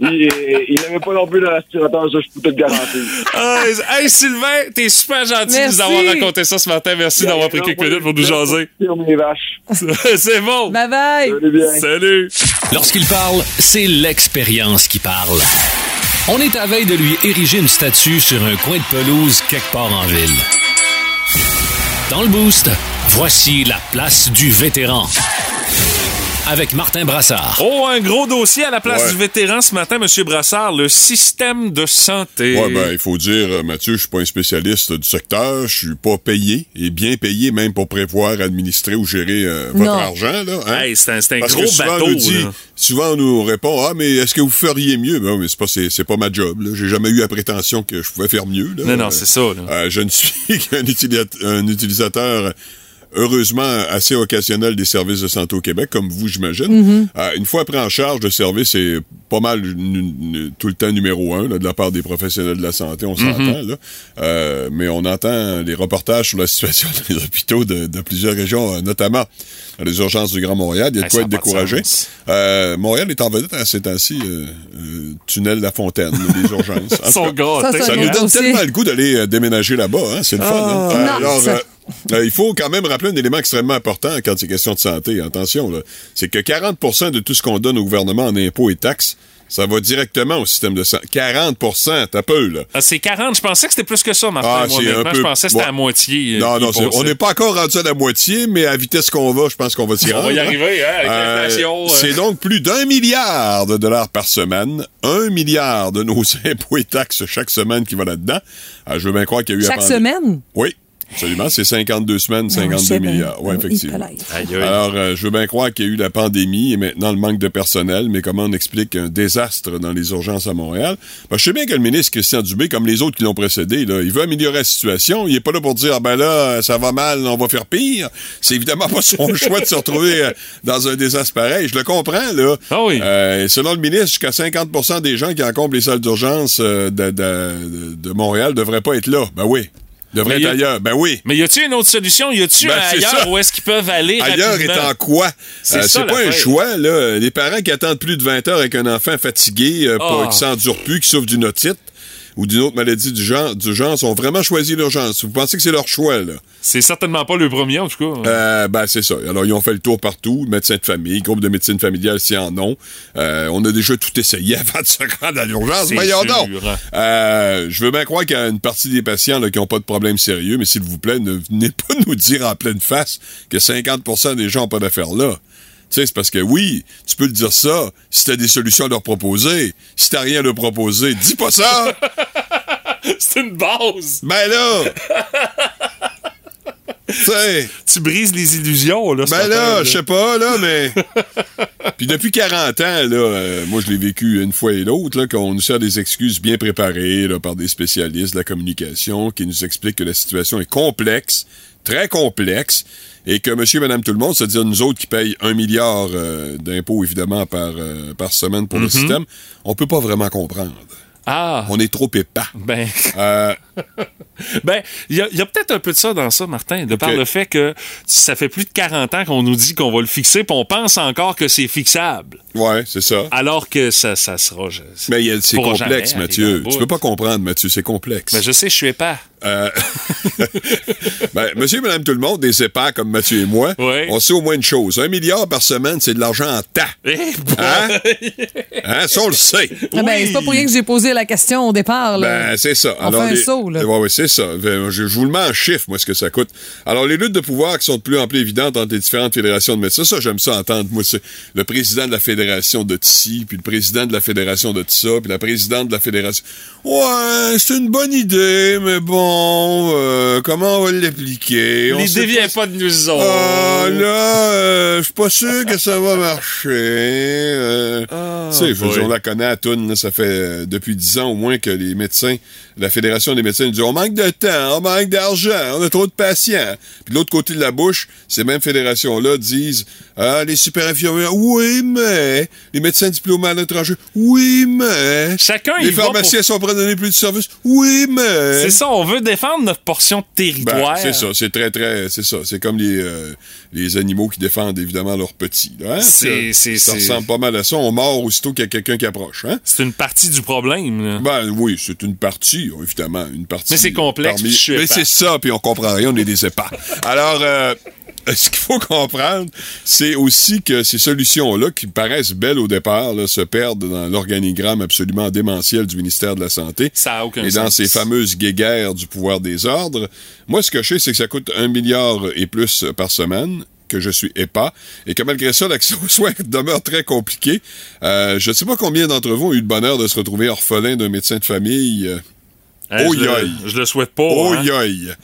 Speaker 13: il il n'avait pas non plus dans l'aspirateur, ça je peux te le garantir.
Speaker 2: Ah, hey, Sylvain, t'es super gentil
Speaker 13: Merci.
Speaker 2: de nous avoir raconté ça ce matin. Merci d'avoir pris quelques minutes pour nous jaser. c'est bon.
Speaker 1: Bye bye.
Speaker 2: Salut.
Speaker 6: Lorsqu'il parle, c'est l'expérience qui parle. On est à veille de lui ériger une statue sur un coin de pelouse quelque part en ville. Dans le boost, voici la place du vétéran. Avec Martin Brassard.
Speaker 2: Oh, un gros dossier à la place
Speaker 10: Ouais.
Speaker 2: du vétéran ce matin, Monsieur Brassard, le système de santé.
Speaker 10: Ouais, ben, il faut dire, euh, Mathieu, je suis pas un spécialiste du secteur, je suis pas payé, et bien payé même pour prévoir, administrer ou gérer euh, votre
Speaker 2: Non.
Speaker 10: argent, là. hein.
Speaker 2: Hey, c'est un- c'est un
Speaker 10: Parce
Speaker 2: gros
Speaker 10: que souvent,
Speaker 2: bateau,
Speaker 10: On nous dit-
Speaker 2: là.
Speaker 10: souvent, on nous répond, ah, mais est-ce que vous feriez mieux? Ben, mais c'est pas, c'est, c'est pas ma job, là. J'ai jamais eu la prétention que je pouvais faire mieux, là.
Speaker 2: Non, non,
Speaker 10: Euh,
Speaker 2: c'est ça, là.
Speaker 10: euh, je ne suis qu'un utilisat- un utilisateur heureusement assez occasionnel des services de santé au Québec, comme vous, j'imagine.
Speaker 14: Mhm.
Speaker 10: Euh, une fois pris en charge, le service c'est pas mal nu- nu- tout le temps numéro un là, de la part des professionnels de la santé, on
Speaker 2: Mm-hmm.
Speaker 10: s'entend.
Speaker 2: Mhm.
Speaker 10: là. Euh, mais on entend les reportages sur la situation des hôpitaux de, de plusieurs régions, euh, notamment dans les urgences du Grand Montréal. Il y a de
Speaker 2: Ah,
Speaker 10: quoi
Speaker 2: ça a
Speaker 10: être
Speaker 2: pas de
Speaker 10: découragé.
Speaker 2: sens.
Speaker 10: Euh, Montréal est en vedette à ces temps-ci, euh, euh, tunnel La Fontaine, les urgences. En
Speaker 2: Ils sont
Speaker 10: tout cas,
Speaker 2: gâtés. Ça, c'est
Speaker 10: ça
Speaker 2: un
Speaker 10: nous
Speaker 2: autre
Speaker 10: donne
Speaker 2: dossier.
Speaker 10: tellement le goût d'aller euh, déménager là-bas, hein? c'est le fun. hein?
Speaker 2: Ah.
Speaker 10: Euh,
Speaker 2: Non,
Speaker 10: alors,
Speaker 2: ça-
Speaker 10: euh, euh, il faut quand même rappeler un élément extrêmement important quand il est question de santé. Attention, là. c'est que 40 de tout ce qu'on donne au gouvernement en impôts et taxes, ça va directement au système de santé. 40 t'as peu, là.
Speaker 2: Ah, c'est 40. Je pensais que c'était plus que ça, Martin.
Speaker 10: Ah,
Speaker 2: moi,
Speaker 10: c'est un
Speaker 2: honnêtement.
Speaker 10: peu-
Speaker 2: Je pensais que c'était
Speaker 10: ouais.
Speaker 2: à moitié. euh,
Speaker 10: Non,
Speaker 2: qui
Speaker 10: non, c'est-
Speaker 2: passait.
Speaker 10: on n'est pas encore rendu à la moitié, mais à vitesse qu'on va, je pense qu'on va s'y
Speaker 2: On va
Speaker 10: rendre.
Speaker 2: y arriver, hein, avec l'inflation, euh.
Speaker 10: C'est donc plus d'un milliard de dollars par semaine, un milliard de nos impôts et taxes chaque semaine Ah qui va là-dedans. Ah, je veux bien croire qu'il y a eu...
Speaker 1: Chaque
Speaker 10: avant-
Speaker 1: semaine?
Speaker 10: Oui. Absolument, c'est 52 semaines, 52
Speaker 1: hein.
Speaker 10: milliards. Oui, effectivement. Alors, euh, je veux bien croire qu'il y a eu la pandémie et maintenant le manque de personnel, mais comment on explique un désastre dans les urgences à Montréal? Ben, je sais bien que le ministre Christian Dubé, comme les autres qui l'ont précédé, là, il veut améliorer la situation. Il n'est pas là pour dire, ah ben là, ça va mal, on va faire pire. C'est évidemment pas son choix de se retrouver euh, dans un désastre pareil. Je le comprends, là.
Speaker 2: Ah oui.
Speaker 10: Euh, selon le ministre, jusqu'à 50 des gens qui encombrent les salles d'urgence euh, de, de- de Montréal devraient pas être là. Ben oui. Devraient
Speaker 2: Mais
Speaker 10: être
Speaker 2: y a-
Speaker 10: ailleurs. Ben oui.
Speaker 2: Mais y a-tu une autre solution? Y a-tu
Speaker 10: Ben,
Speaker 2: un
Speaker 10: c'est
Speaker 2: ailleurs
Speaker 10: ça.
Speaker 2: où est-ce qu'ils peuvent aller
Speaker 10: Ailleurs
Speaker 2: rapidement?
Speaker 10: étant quoi?
Speaker 2: C'est
Speaker 10: Euh,
Speaker 2: ça,
Speaker 10: c'est pas un
Speaker 2: l'affaire.
Speaker 10: choix, là. Les parents qui attendent plus de 20 heures avec un enfant fatigué, euh, pour,
Speaker 2: Ah.
Speaker 10: qui s'endure plus, qui souffre d'une otite ou d'une autre maladie du genre, du genre, ont vraiment choisi l'urgence. Vous pensez que c'est leur choix, là?
Speaker 2: C'est certainement pas le premier, en tout cas.
Speaker 10: Euh, ben, c'est ça. Alors, ils ont fait le tour partout, médecins de famille, groupe de médecine familiale, s'ils en ont. Euh, on a déjà tout essayé avant de se rendre à l'urgence.
Speaker 2: C'est
Speaker 10: Voyons
Speaker 2: sûr. hein.
Speaker 10: donc! Euh, je veux bien croire qu'il y a une partie des patients là, qui n'ont pas de problème sérieux, mais s'il vous plaît, ne venez pas nous dire en pleine face que 50 des gens n'ont pas d'affaires là. Tu sais, c'est parce que oui, tu peux le dire ça si t'as des solutions à leur proposer. Si t'as rien à leur proposer, dis pas ça!
Speaker 2: c'est une base!
Speaker 10: Ben là! Tu sais.
Speaker 2: Tu brises les illusions, là.
Speaker 10: Ben là, je sais pas, là, mais. Puis depuis 40 ans, là, euh, moi, je l'ai vécu une fois et l'autre, là, qu'on nous sert des excuses bien préparées, là, par des spécialistes de la communication qui nous expliquent que la situation est complexe, très complexe, et que monsieur et madame tout le monde, c'est-à-dire nous autres qui payent un milliard euh, d'impôts, évidemment, par, euh, par semaine pour le
Speaker 2: Mhm.
Speaker 10: système, on peut pas vraiment comprendre.
Speaker 2: Ah!
Speaker 10: On est trop épais.
Speaker 2: Ben.
Speaker 10: Euh,
Speaker 2: Ben, il y a, il y a peut-être un peu de ça dans ça, Martin, de par le fait que ça fait plus de 40 ans qu'on nous dit qu'on va le fixer, puis on pense encore que c'est fixable.
Speaker 10: Ouais, c'est ça.
Speaker 2: Alors que ça, ça sera.
Speaker 10: Mais il y a- c'est complexe, Mathieu. Tu peux pas comprendre, Mathieu, c'est complexe.
Speaker 2: Ben, je sais, je suis pas.
Speaker 10: Euh, ben, monsieur et madame tout le monde, des épars comme Mathieu et moi, on sait au moins une chose. Un milliard par semaine, c'est de l'argent en tas. Hein? Hein? Ça, on le sait.
Speaker 1: Eh, Ah ben, c'est pas pour rien que j'ai posé la question au départ. Là.
Speaker 10: Ben, c'est ça.
Speaker 1: On fait un
Speaker 10: les-
Speaker 1: saut, là.
Speaker 10: Ouais, ouais, c'est ça. Ben, Je, je vous le mets en chiffre, moi, ce que ça coûte. Alors, les luttes de pouvoir qui sont de plus en plus évidentes entre les différentes fédérations de médecins, ça, j'aime ça entendre. Moi, c'est le président de la fédération de TI, puis le président de la fédération de TSA, puis la présidente de la fédération. Ouais, c'est une bonne idée, mais bon, euh, comment on va l'appliquer? On
Speaker 2: Les
Speaker 10: sait
Speaker 2: déviens pas de nous autres.
Speaker 10: ah, là, euh, je suis pas sûr que ça va marcher. Euh,
Speaker 2: Ah,
Speaker 10: tu sais, je veux
Speaker 2: boy.
Speaker 10: dire, on la connaît à Toon, là, ça fait euh, depuis dix ans au moins que les médecins, la Fédération des médecins nous dit on manque de temps, on manque d'argent, on a trop de patients. Puis de l'autre côté de la bouche, ces mêmes fédérations-là disent Ah, les super infirmières, oui, mais les médecins diplômés à l'étranger, oui, mais
Speaker 2: Chacun y
Speaker 10: Les
Speaker 2: va
Speaker 10: pharmaciens
Speaker 2: pour-
Speaker 10: sont prêts à donner plus de services, oui, mais
Speaker 2: C'est ça, on veut défendre notre portion de
Speaker 10: ben,
Speaker 2: territoire.
Speaker 10: c'est ça, c'est très, très. C'est ça. C'est comme les, euh, les animaux qui défendent évidemment leurs petits. là, hein?
Speaker 2: C'est-
Speaker 10: Ça-
Speaker 2: c'est-
Speaker 10: Ça
Speaker 2: c'est-
Speaker 10: ressemble pas mal à ça. On mord aussitôt qu'il y a quelqu'un qui approche. Hein?
Speaker 2: C'est une partie du problème. là.
Speaker 10: Ben oui, c'est une partie, euh, évidemment. Une partie
Speaker 2: Mais c'est complexe,
Speaker 10: parmi-
Speaker 2: puis je suis
Speaker 10: Mais
Speaker 2: épais.
Speaker 10: c'est ça, puis on comprend rien, on est des épais. Alors, euh, ce qu'il faut comprendre, c'est aussi que ces solutions-là, qui paraissent belles au départ, là, se perdent dans l'organigramme absolument démentiel du ministère de la Santé.
Speaker 2: Ça a aucun
Speaker 10: Et dans
Speaker 2: sens.
Speaker 10: ces fameuses guéguerres du pouvoir des ordres, moi, ce que je sais, c'est que ça coûte un milliard et plus par semaine que je suis EPA, et que malgré ça, l'accès aux soins demeure très compliqué. Euh, je ne sais pas combien d'entre vous ont eu le bonheur de se retrouver orphelin d'un médecin de famille. euh,
Speaker 2: Hein,
Speaker 10: Oh,
Speaker 2: je, le,
Speaker 10: yoï.
Speaker 2: je le souhaite pas.
Speaker 10: Oh,
Speaker 2: hein.
Speaker 10: yoï.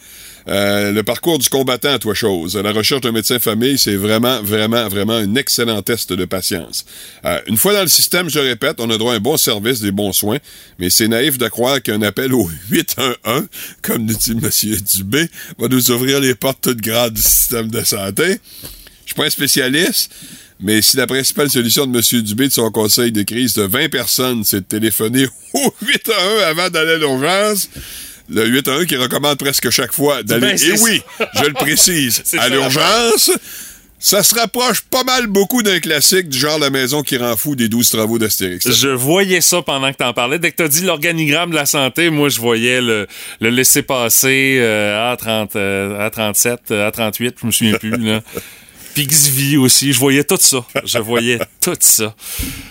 Speaker 10: Euh, le parcours du combattant, toi, chose. La recherche d'un médecin famille, c'est vraiment, vraiment, vraiment un excellent test de patience. Euh, une fois dans le système, je répète, on a droit à un bon service, des bons soins, mais c'est naïf de croire qu'un appel au 811, comme nous dit M. Dubé, va nous ouvrir les portes toutes grandes du système de santé. Je suis pas un spécialiste, mais si la principale solution de M. Dubé de son conseil de crise de 20 personnes, c'est de téléphoner au 811 avant d'aller à l'urgence, le 811 qui recommande presque chaque fois d'aller,
Speaker 2: Ben, c'est
Speaker 10: et oui,
Speaker 2: ça.
Speaker 10: je le précise,
Speaker 2: C'est
Speaker 10: à
Speaker 2: ça,
Speaker 10: l'urgence, ça se rapproche pas mal beaucoup d'un classique du genre La maison qui rend fou des 12 travaux d'Astérix.
Speaker 2: Je voyais ça pendant que t'en parlais. Dès que t'as dit l'organigramme de la santé, moi, je voyais le, le laisser-passer euh, à 30, euh, à 37, euh, à 38, je me souviens plus, là. Pigsvy aussi, je voyais tout ça. Je voyais tout ça.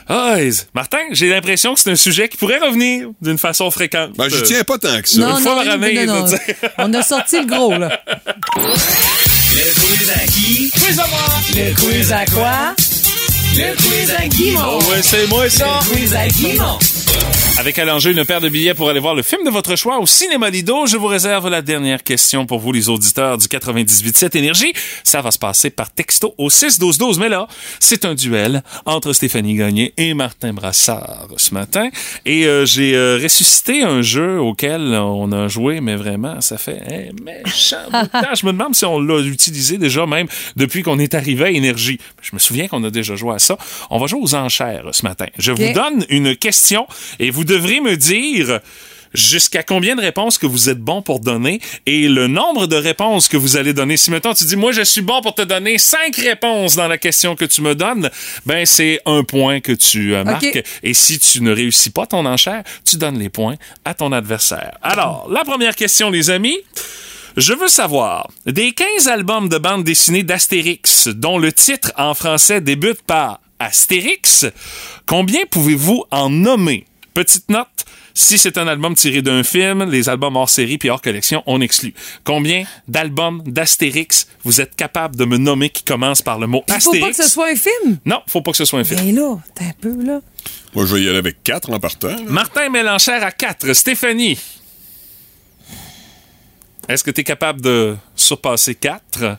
Speaker 2: Ah, et- Martin, j'ai l'impression que c'est un sujet qui pourrait revenir d'une façon fréquente.
Speaker 10: Ben, j'y tiens pas tant que ça.
Speaker 2: Une
Speaker 1: Non,
Speaker 2: fois
Speaker 1: non,
Speaker 2: par année,
Speaker 1: non,
Speaker 2: je
Speaker 1: non,
Speaker 2: veux
Speaker 1: non.
Speaker 2: dire.
Speaker 1: On a sorti le gros, là.
Speaker 6: Le quiz à qui? Quiz à moi! Le quiz à quoi? Le quiz à Guimond!
Speaker 2: Oh, ouais, c'est moi, ça!
Speaker 6: Le quiz à Guimond!
Speaker 2: Avec à l'enjeu une paire de billets pour aller voir le film de votre choix au Cinéma Lido, je vous réserve la dernière question pour vous, les auditeurs du 98.7 Énergie. Ça va se passer par texto au 6-12-12. Mais là, c'est un duel entre Stéphanie Gagné et Martin Brassard ce matin. Et euh, j'ai euh, ressuscité un jeu auquel on a joué, mais vraiment, ça fait un méchant bout de temps. Je me demande si on l'a utilisé déjà même depuis qu'on est arrivé à Énergie. Je me souviens qu'on a déjà joué à ça. On va jouer aux enchères ce matin. Je vous
Speaker 1: Ok.
Speaker 2: donne une question et vous devrez me dire jusqu'à combien de réponses que vous êtes bon pour donner et le nombre de réponses que vous allez donner. Si maintenant tu dis moi je suis bon pour te donner cinq réponses dans la question que tu me donnes, ben c'est un point que tu euh,
Speaker 1: Ok.
Speaker 2: marques et si tu ne réussis pas ton enchère, tu donnes les points à ton adversaire. Alors, la première question les amis, je veux savoir, des 15 albums de bande dessinée d'Astérix, dont le titre en français débute par Astérix, combien pouvez-vous en nommer? Petite note, si c'est un album tiré d'un film, les albums hors série puis hors collection, on exclut. Combien d'albums d'Astérix vous êtes capable de me nommer qui commence par le mot
Speaker 1: Il faut
Speaker 2: Astérix?
Speaker 1: pas que ce soit un film.
Speaker 2: Non, faut pas que ce soit un film.
Speaker 1: Mais là, t'as un peu, là.
Speaker 10: Moi, je vais y aller avec quatre en partant.
Speaker 2: Martin Mélenchère à 4. Stéphanie. Est-ce que tu es capable de surpasser 4?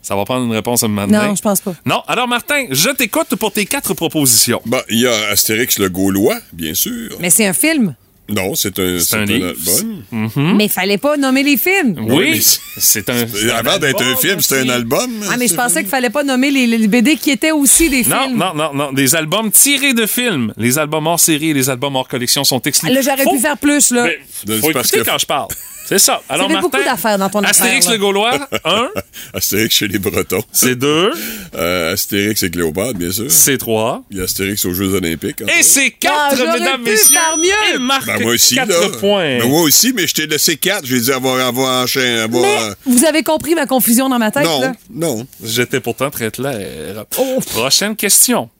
Speaker 2: Ça va prendre une réponse à me
Speaker 1: Non, je pense pas.
Speaker 2: Non. Alors, Martin, je t'écoute pour tes quatre propositions.
Speaker 10: Ben, il y a Astérix le Gaulois, bien sûr.
Speaker 1: Mais c'est un film.
Speaker 10: Non, c'est un, c'est un album.
Speaker 1: Mais il fallait pas nommer les films.
Speaker 2: Hmm. Oui, c'est un.
Speaker 10: Avant d'être un film, c'est un album.
Speaker 1: Ah, mais je pensais qu'il fallait pas nommer les, les BD qui étaient aussi des films.
Speaker 2: Non, non, non, non. Des albums tirés de films. Les albums hors série et les albums hors collection sont exclus.
Speaker 1: Là, j'aurais
Speaker 2: Faut-
Speaker 1: pu faire plus, là.
Speaker 2: Mais faut
Speaker 10: parce
Speaker 2: écouter
Speaker 10: que-
Speaker 2: quand je parle. C'est ça.
Speaker 1: Il y
Speaker 2: Alors,
Speaker 1: avait
Speaker 2: Martin,
Speaker 1: beaucoup d'affaires dans ton
Speaker 2: Astérix
Speaker 1: affaire.
Speaker 2: le Gaulois, 1.
Speaker 10: Astérix chez les Bretons. Euh,
Speaker 2: C'est deux.
Speaker 10: Astérix et Cléopâtre, bien sûr.
Speaker 2: C'est trois.
Speaker 10: Il y a Astérix aux Jeux Olympiques. hein.
Speaker 2: Et c'est
Speaker 1: Ah,
Speaker 2: 4,
Speaker 1: j'aurais
Speaker 2: mesdames,
Speaker 1: pu
Speaker 2: messieurs.
Speaker 1: faire mieux.
Speaker 2: Et Marc,
Speaker 10: Ben, moi aussi,
Speaker 2: quatre
Speaker 10: là.
Speaker 2: points.
Speaker 10: Ben, moi aussi, mais je t'ai laissé quatre. J'ai dit avoir, avoir, enchaîné, avoir. euh,
Speaker 1: Vous avez compris ma confusion dans ma tête,
Speaker 10: non,
Speaker 1: là?
Speaker 10: non.
Speaker 2: J'étais pourtant très clair.
Speaker 1: Oh.
Speaker 2: Prochaine question.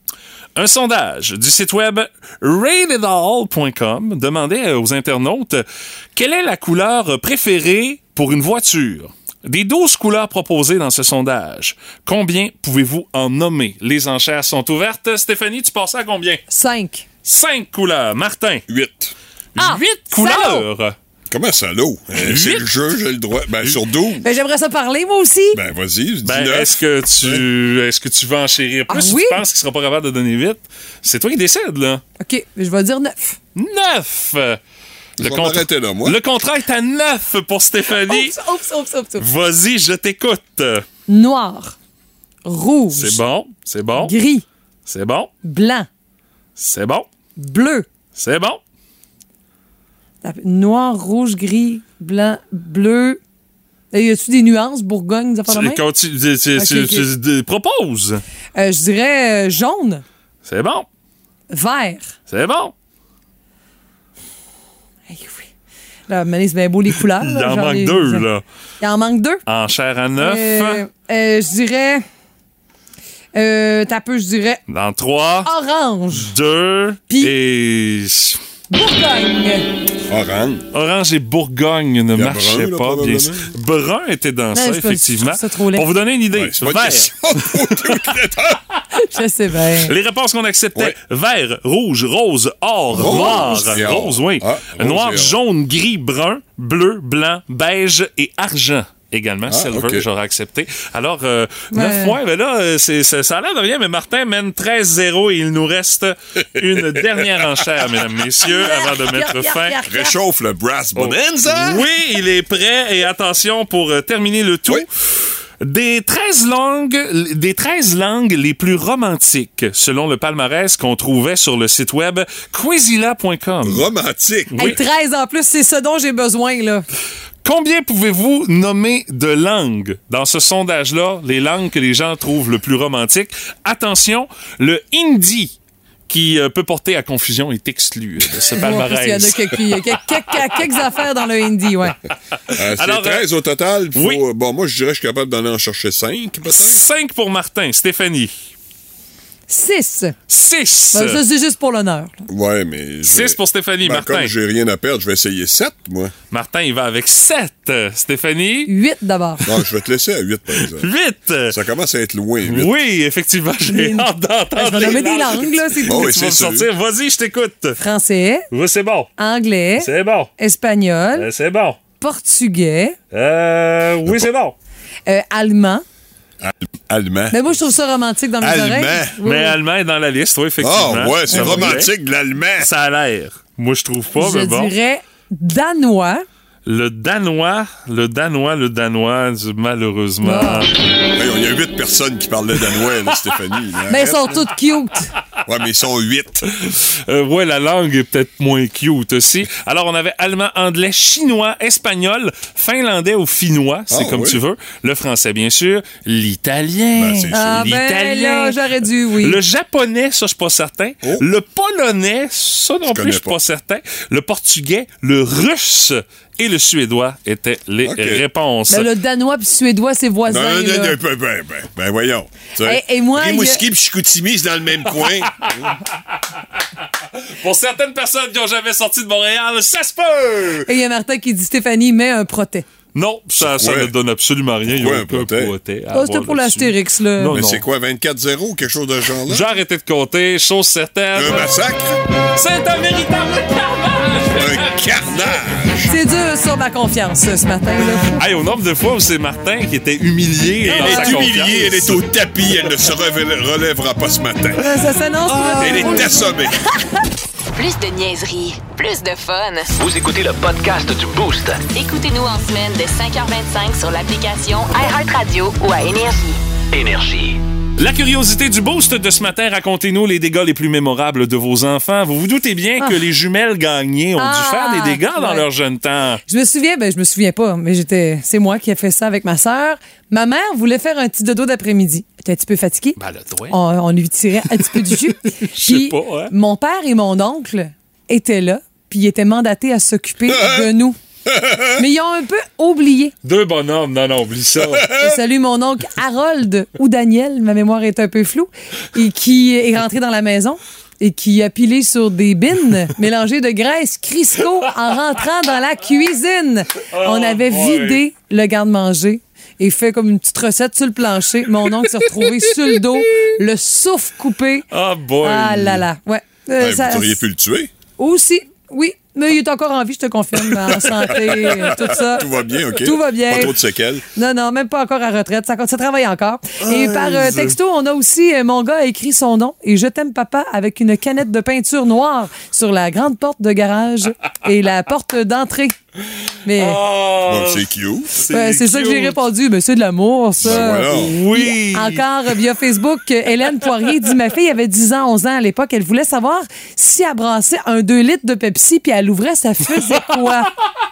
Speaker 2: Un sondage du site web ratedall.com demandait aux internautes quelle est la couleur préférée pour une voiture. Des 12 couleurs proposées dans ce sondage, combien pouvez-vous en nommer? Les enchères sont ouvertes. Stéphanie, tu passes à combien?
Speaker 1: Cinq.
Speaker 2: Cinq couleurs. Martin?
Speaker 10: Huit.
Speaker 1: Ah,
Speaker 2: Huit
Speaker 1: salaud!
Speaker 2: couleurs?
Speaker 10: Comment ça, l'eau? Euh, C'est le jeu, j'ai le droit. Ben, sur 12.
Speaker 1: Ben, j'aimerais ça parler, moi aussi.
Speaker 10: Ben, vas-y, dis
Speaker 2: Ben, est-ce que tu est-ce que tu veux enchérir plus
Speaker 1: Ah
Speaker 2: ou
Speaker 1: oui?
Speaker 2: tu penses qu'il sera pas capable de donner vite? C'est toi qui décides, là.
Speaker 1: OK, mais je vais dire neuf.
Speaker 2: 9! Le,
Speaker 10: vais
Speaker 2: contra-
Speaker 10: m'arrêter là, moi.
Speaker 2: le contrat est à 9 pour Stéphanie.
Speaker 1: Oups, oups, oups, oups, oups.
Speaker 2: Vas-y, je t'écoute.
Speaker 1: Noir, rouge,
Speaker 2: C'est bon, c'est bon,
Speaker 1: gris,
Speaker 2: c'est bon,
Speaker 1: blanc,
Speaker 2: c'est bon,
Speaker 1: bleu.
Speaker 2: c'est bon.
Speaker 1: Noir, rouge, gris, blanc, bleu. Et y a-tu des nuances, Bourgogne, des affaires de
Speaker 2: Tu,
Speaker 1: même?
Speaker 2: continue- tu- tu-
Speaker 1: Ok,
Speaker 2: tu-
Speaker 1: ok.
Speaker 2: tu- tu- proposes.
Speaker 1: Euh, je dirais euh, jaune,
Speaker 2: C'est bon,
Speaker 1: vert.
Speaker 2: c'est bon.
Speaker 1: Hey, oui. Là, Mané, c'est bien beau les couleurs.
Speaker 2: Il
Speaker 1: là,
Speaker 2: en
Speaker 1: genre
Speaker 2: manque
Speaker 1: les-
Speaker 2: deux, là. hein?
Speaker 1: Il en manque deux.
Speaker 2: Enchère à 9.
Speaker 1: Euh, euh, je dirais. Euh, T'as peu, je dirais
Speaker 2: Dans 3,
Speaker 1: Ah, orange,
Speaker 2: 2
Speaker 1: Puis-
Speaker 2: et...
Speaker 1: Bourgogne.
Speaker 10: Orange.
Speaker 2: Orange et Bourgogne ne
Speaker 10: Il y a
Speaker 2: marchaient
Speaker 10: brun, là,
Speaker 2: pas bien.
Speaker 10: probablement.
Speaker 2: Brun était dans
Speaker 1: Ouais,
Speaker 2: ça,
Speaker 1: Ben, je trouve- je
Speaker 2: effectivement.
Speaker 1: trouve ça trop laid.
Speaker 2: Pour vous donner une idée,
Speaker 10: Ouais, c'est pas une
Speaker 2: vert.
Speaker 10: question posée au créateur.
Speaker 1: Je sais bien.
Speaker 2: Les réponses qu'on acceptait,
Speaker 10: Ouais.
Speaker 2: vert, rouge, rose, or,
Speaker 10: Rose et
Speaker 2: noir,
Speaker 10: or.
Speaker 2: rose, oui.
Speaker 10: Ah, rose
Speaker 2: noir,
Speaker 10: et or.
Speaker 2: jaune, gris, brun, bleu, blanc, beige et argent. Également, silver,
Speaker 10: Ah, ok.
Speaker 2: j'aurais accepté. Alors, euh,
Speaker 1: Ouais.
Speaker 2: 9 points, mais là, euh, c'est, ça, ça a l'air de rien, mais Martin mène 13-0 et il nous reste une dernière enchère, mesdames, messieurs, avant de mettre fin.
Speaker 10: Réchauffe le brass bonanza.
Speaker 2: Oh. Oui, il est prêt et attention pour euh, terminer le tout.
Speaker 10: Oui.
Speaker 2: Des 13 langues, des 13 langues les plus romantiques, selon le palmarès qu'on trouvait sur le site web quizila.com.
Speaker 10: Romantique.
Speaker 1: Hey, 13 en plus, c'est ce dont j'ai besoin, là.
Speaker 2: Combien pouvez-vous nommer de langues dans ce sondage-là, les langues que les gens trouvent le plus romantiques? Attention, le hindi qui euh, peut porter à confusion est exclu de ce
Speaker 1: Moi, en plus, Il y en a
Speaker 2: palmarès.
Speaker 1: quelques, il y a quelques, quelques- quelques affaires dans le indie, ouais.
Speaker 10: Euh, c'est
Speaker 2: Alors, euh,
Speaker 10: 13 au total. Faut- euh,
Speaker 2: oui.
Speaker 10: Bon, moi, je dirais que je suis capable d'en aller en chercher 5, peut-être.
Speaker 2: 5 pour Martin, Stéphanie.
Speaker 1: Six.
Speaker 2: Six.
Speaker 1: Ben, ça, c'est juste pour l'honneur. là.
Speaker 10: Ouais, mais. je
Speaker 2: Six
Speaker 10: vais-
Speaker 2: pour Stéphanie,
Speaker 10: Ben,
Speaker 2: Martin.
Speaker 10: Comme j'ai rien à perdre, je vais essayer sept, moi.
Speaker 2: Martin, il va avec sept. Euh, Stéphanie.
Speaker 1: Huit d'abord.
Speaker 10: Non, je vais te laisser à huit, par exemple.
Speaker 2: Huit.
Speaker 10: Ça commence à être loin, huit.
Speaker 2: Oui, effectivement, j'ai hâte d'entendre.
Speaker 1: Ben, Je vais
Speaker 2: les
Speaker 1: nommer des langues, là, c'est
Speaker 2: que
Speaker 1: tout.
Speaker 10: Oh, oui,
Speaker 2: tu vas me
Speaker 10: c'est sûr.
Speaker 2: sortir. Vas-y, je t'écoute.
Speaker 1: Français,
Speaker 2: Oui, c'est bon.
Speaker 1: anglais,
Speaker 2: C'est bon.
Speaker 1: espagnol,
Speaker 2: Euh, C'est bon.
Speaker 1: portugais,
Speaker 2: Euh, oui, c'est bon.
Speaker 1: euh, allemand.
Speaker 10: Allemand.
Speaker 1: Mais moi, je trouve ça romantique dans mes
Speaker 2: Allemand.
Speaker 1: oreilles. Oui,
Speaker 2: Mais
Speaker 1: oui.
Speaker 2: allemand est dans la liste, oui, effectivement.
Speaker 10: Ah, ouais, c'est
Speaker 2: Ça va
Speaker 10: romantique,
Speaker 2: bien. Ça a l'air. Moi, je trouve pas,
Speaker 1: je
Speaker 2: mais bon.
Speaker 1: dirais danois.
Speaker 2: Le danois, le danois, le danois, du- malheureusement.
Speaker 1: Ah.
Speaker 10: Voyons, Il y a huit personnes qui parlent le danois, là, Stéphanie. là.
Speaker 1: Mais Ben, ils sont
Speaker 10: Arrête, là.
Speaker 1: toutes cute.
Speaker 10: Ouais, mais ils sont huit.
Speaker 2: Euh, ouais, la langue est peut-être moins cute aussi. Alors, on avait allemand, anglais, chinois, espagnol, finlandais ou finnois, c'est
Speaker 10: Ah,
Speaker 2: comme
Speaker 10: oui.
Speaker 2: tu veux. Le français, bien sûr. L'italien.
Speaker 10: Ben, c'est sûr.
Speaker 1: Ah, ben là,
Speaker 2: L'italien.
Speaker 1: j'aurais dû, oui.
Speaker 2: Le japonais, ça, je suis pas certain. Le polonais, ça non plus,
Speaker 10: Oh. connais
Speaker 2: je suis
Speaker 10: pas.
Speaker 2: pas certain. Le portugais, le russe et le suédois étaient les réponses.
Speaker 1: Ben, le danois puis le suédois, c'est voisin.
Speaker 10: Ben,
Speaker 1: là.
Speaker 10: ben, ben, ben, ben, ben, voyons. Tu sais,
Speaker 1: Et- et moi,
Speaker 10: Rimouski
Speaker 1: il y
Speaker 10: pis Chicoutimi, c'est dans le même coin.
Speaker 2: Pour certaines personnes qui ont jamais sorti de Montréal, ça se peut!
Speaker 1: Et il y a Martin qui dit Stéphanie, mets un protet.
Speaker 2: Non, ça, ça
Speaker 10: Pourquoi?
Speaker 2: ne donne absolument rien. Il y
Speaker 10: Pourquoi
Speaker 2: a
Speaker 10: un
Speaker 2: aucun
Speaker 10: protet?
Speaker 2: protet à
Speaker 1: Oh, C'était
Speaker 2: avoir
Speaker 1: pour
Speaker 2: Ah, là-dessus.
Speaker 1: l'astérix, là.
Speaker 2: Non,
Speaker 10: Mais
Speaker 2: non.
Speaker 10: c'est quoi, 24-0 quelque chose de ce genre-là?
Speaker 2: J'ai arrêté de compter, chose certaine.
Speaker 10: Un massacre?
Speaker 2: C'est un véritable
Speaker 10: Un
Speaker 2: carnage!
Speaker 10: carnage!
Speaker 1: C'est dur sur ma confiance ce matin, là.
Speaker 2: Hey, au nombre de fois où c'est Martin qui était humilié dans
Speaker 10: Elle
Speaker 2: sa
Speaker 10: est humiliée, elle
Speaker 2: confiance.
Speaker 10: est au tapis, elle ne se revel- relèvera pas ce matin.
Speaker 1: Euh,
Speaker 10: Ah,
Speaker 1: Ça s'annonce pour notre
Speaker 10: Elle est assommée.
Speaker 3: Plus de niaiserie, plus de fun.
Speaker 6: Vous écoutez le podcast du Boost.
Speaker 3: Écoutez-nous en semaine de 5h25 sur l'application iHeartRadio ou à Énergie.
Speaker 6: Énergie.
Speaker 2: La curiosité du boost de ce matin, racontez-nous les dégâts les plus mémorables de vos enfants. Vous vous doutez bien que les jumelles gagnées ont dû
Speaker 1: Ah,
Speaker 2: faire des dégâts dans
Speaker 1: ouais.
Speaker 2: leur jeune temps.
Speaker 1: Je me souviens, ben je me souviens pas, mais j'étais, c'est moi qui ai fait ça avec ma sœur. Ma mère voulait faire un petit dodo d'après-midi. J'étais un petit peu fatiguée.
Speaker 2: Ben, le droit.
Speaker 1: On, on lui tirait un petit peu du jus. Puis,
Speaker 2: pas, hein.
Speaker 1: Mon père et mon oncle étaient là, puis ils étaient mandatés à s'occuper de nous. Mais ils ont un peu oublié.
Speaker 2: Deux bonhommes, non, non, oublie ça.
Speaker 1: Je salue mon oncle Harold ou Daniel, ma mémoire est un peu floue, et qui est rentré dans la maison et qui a pilé sur des bines mélangées de graisse Crisco en rentrant dans la cuisine.
Speaker 10: Oh,
Speaker 1: On avait
Speaker 2: boy.
Speaker 1: vidé le garde-manger et fait comme une petite recette sur le plancher. Mon oncle s'est retrouvé sur le dos, le souffle coupé.
Speaker 2: Ah, boy.
Speaker 1: Ah là là, ouais. Euh,
Speaker 10: Ben,
Speaker 1: ça-
Speaker 10: Vous auriez pu le tuer.
Speaker 1: Aussi, oui. Mais il est encore en vie, je te confirme, en santé, euh, tout ça.
Speaker 10: Tout va bien, OK?
Speaker 1: Tout va bien.
Speaker 10: Pas trop de séquelles.
Speaker 1: Non, non, même pas encore à retraite. Ça, ça travaille encore. Et par euh, texto, on a aussi euh, mon gars a écrit son nom et je t'aime papa avec une canette de peinture noire sur la grande porte de garage et la porte d'entrée. Mais
Speaker 2: Ah,
Speaker 10: Bon, c'est cute.
Speaker 1: euh, c'est ça que j'ai
Speaker 2: cute.
Speaker 1: répondu. Ben, c'est de l'amour, ça.
Speaker 10: Ben, voilà.
Speaker 2: Oui.
Speaker 1: Encore euh, via Facebook, euh, Hélène Poirier dit Ma fille avait 10 ans, 11 ans à l'époque. Elle voulait savoir si elle brassait un 2 litres de Pepsi puis elle l'ouvrait, ça faisait quoi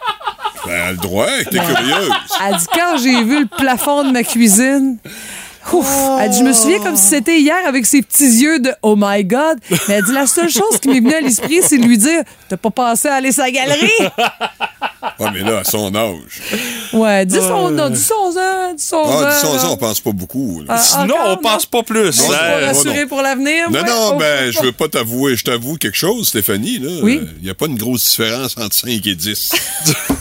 Speaker 10: Ben, elle a le droit, elle était curieuse.
Speaker 1: Elle dit quand j'ai vu le plafond de ma cuisine. Ouf, elle dit, je me souviens comme si c'était hier avec ses petits yeux de Oh my God. Mais elle dit, la seule chose qui m'est venue à l'esprit, c'est de lui dire T'as pas pensé à aller sa galerie?
Speaker 10: Ah, mais là, à son âge.
Speaker 1: Ouais, dis son nom, dis son ans, dis son
Speaker 10: Ah,
Speaker 1: ans,
Speaker 10: dis
Speaker 1: là.
Speaker 10: ans, on pense pas beaucoup. là.
Speaker 1: Ah,
Speaker 2: Non,
Speaker 1: encore,
Speaker 2: on pense pas plus.
Speaker 1: On
Speaker 10: Non,
Speaker 1: se
Speaker 2: hein.
Speaker 1: voit
Speaker 10: oh non,
Speaker 1: rassurer
Speaker 10: non.
Speaker 1: pour l'avenir.
Speaker 10: Non,
Speaker 1: ouais.
Speaker 10: non,
Speaker 1: Oh,
Speaker 10: ben,
Speaker 1: oh.
Speaker 10: je veux pas t'avouer. Je t'avoue quelque chose, Stéphanie. là.
Speaker 1: Oui.
Speaker 10: Il n'y a pas une grosse différence entre 5 et 10.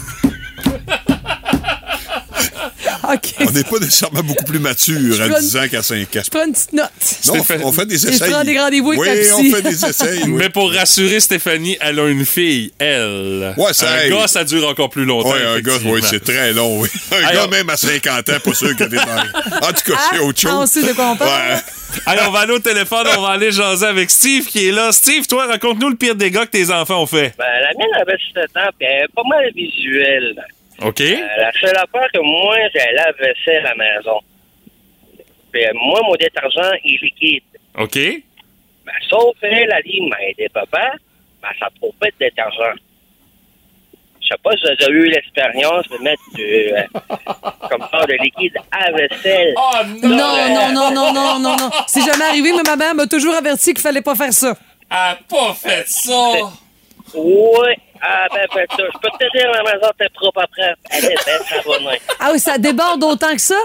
Speaker 1: OK.
Speaker 10: on n'est pas nécessairement beaucoup plus mature à
Speaker 1: prends-
Speaker 10: 10 ans qu'à 5 ans.
Speaker 1: Je prends une petite note.
Speaker 10: Non, on fait- on fait des essais.
Speaker 1: prends des rendez-vous avec
Speaker 10: Oui,
Speaker 1: ta psy.
Speaker 10: on fait des essais. oui.
Speaker 2: Mais pour rassurer Stéphanie, elle a une fille, elle.
Speaker 10: Ouais, ça
Speaker 2: Un
Speaker 10: aide.
Speaker 2: gars, ça dure encore plus longtemps.
Speaker 10: Ouais, un gars,
Speaker 2: effectivement.
Speaker 10: oui, c'est très long, oui. Un
Speaker 2: Hey,
Speaker 10: gars,
Speaker 2: on-
Speaker 10: même à 50 ans, pas sûr que t'es en... En tout cas, c'est
Speaker 1: Ah,
Speaker 10: autre chose.
Speaker 1: ah, on sait de quoi on parle.
Speaker 10: Ouais.
Speaker 2: Allez, on va aller au téléphone, on va aller jaser avec Steve qui est là. Steve, toi, raconte-nous le pire dégât que tes enfants ont fait.
Speaker 14: Ben, la mienne avait 7 ans, puis elle est pas mal visuelle.
Speaker 2: OK?
Speaker 14: Euh, la seule affaire que moi, j'ai la vaisselle à la maison. Puis euh, moi, mon détergent est liquide.
Speaker 2: OK?
Speaker 14: Ben, sauf elle, elle dit, mais des papa, ben, ça ne trouve pas de détergent. Je sais pas si j'ai déjà eu l'expérience de mettre du, euh, comme ça, de liquide à la vaisselle.
Speaker 2: Oh
Speaker 1: Non, non, non, non, non, non, non. C'est jamais arrivé, mais ma mère m'a toujours averti qu'il fallait pas faire ça.
Speaker 2: Elle a pas fait ça!
Speaker 14: Oui, ah ben, ben, ça, je peux te dire, la maison t'es propre après. Elle est belle, ça va, non.
Speaker 1: Ah oui, ça déborde autant que ça?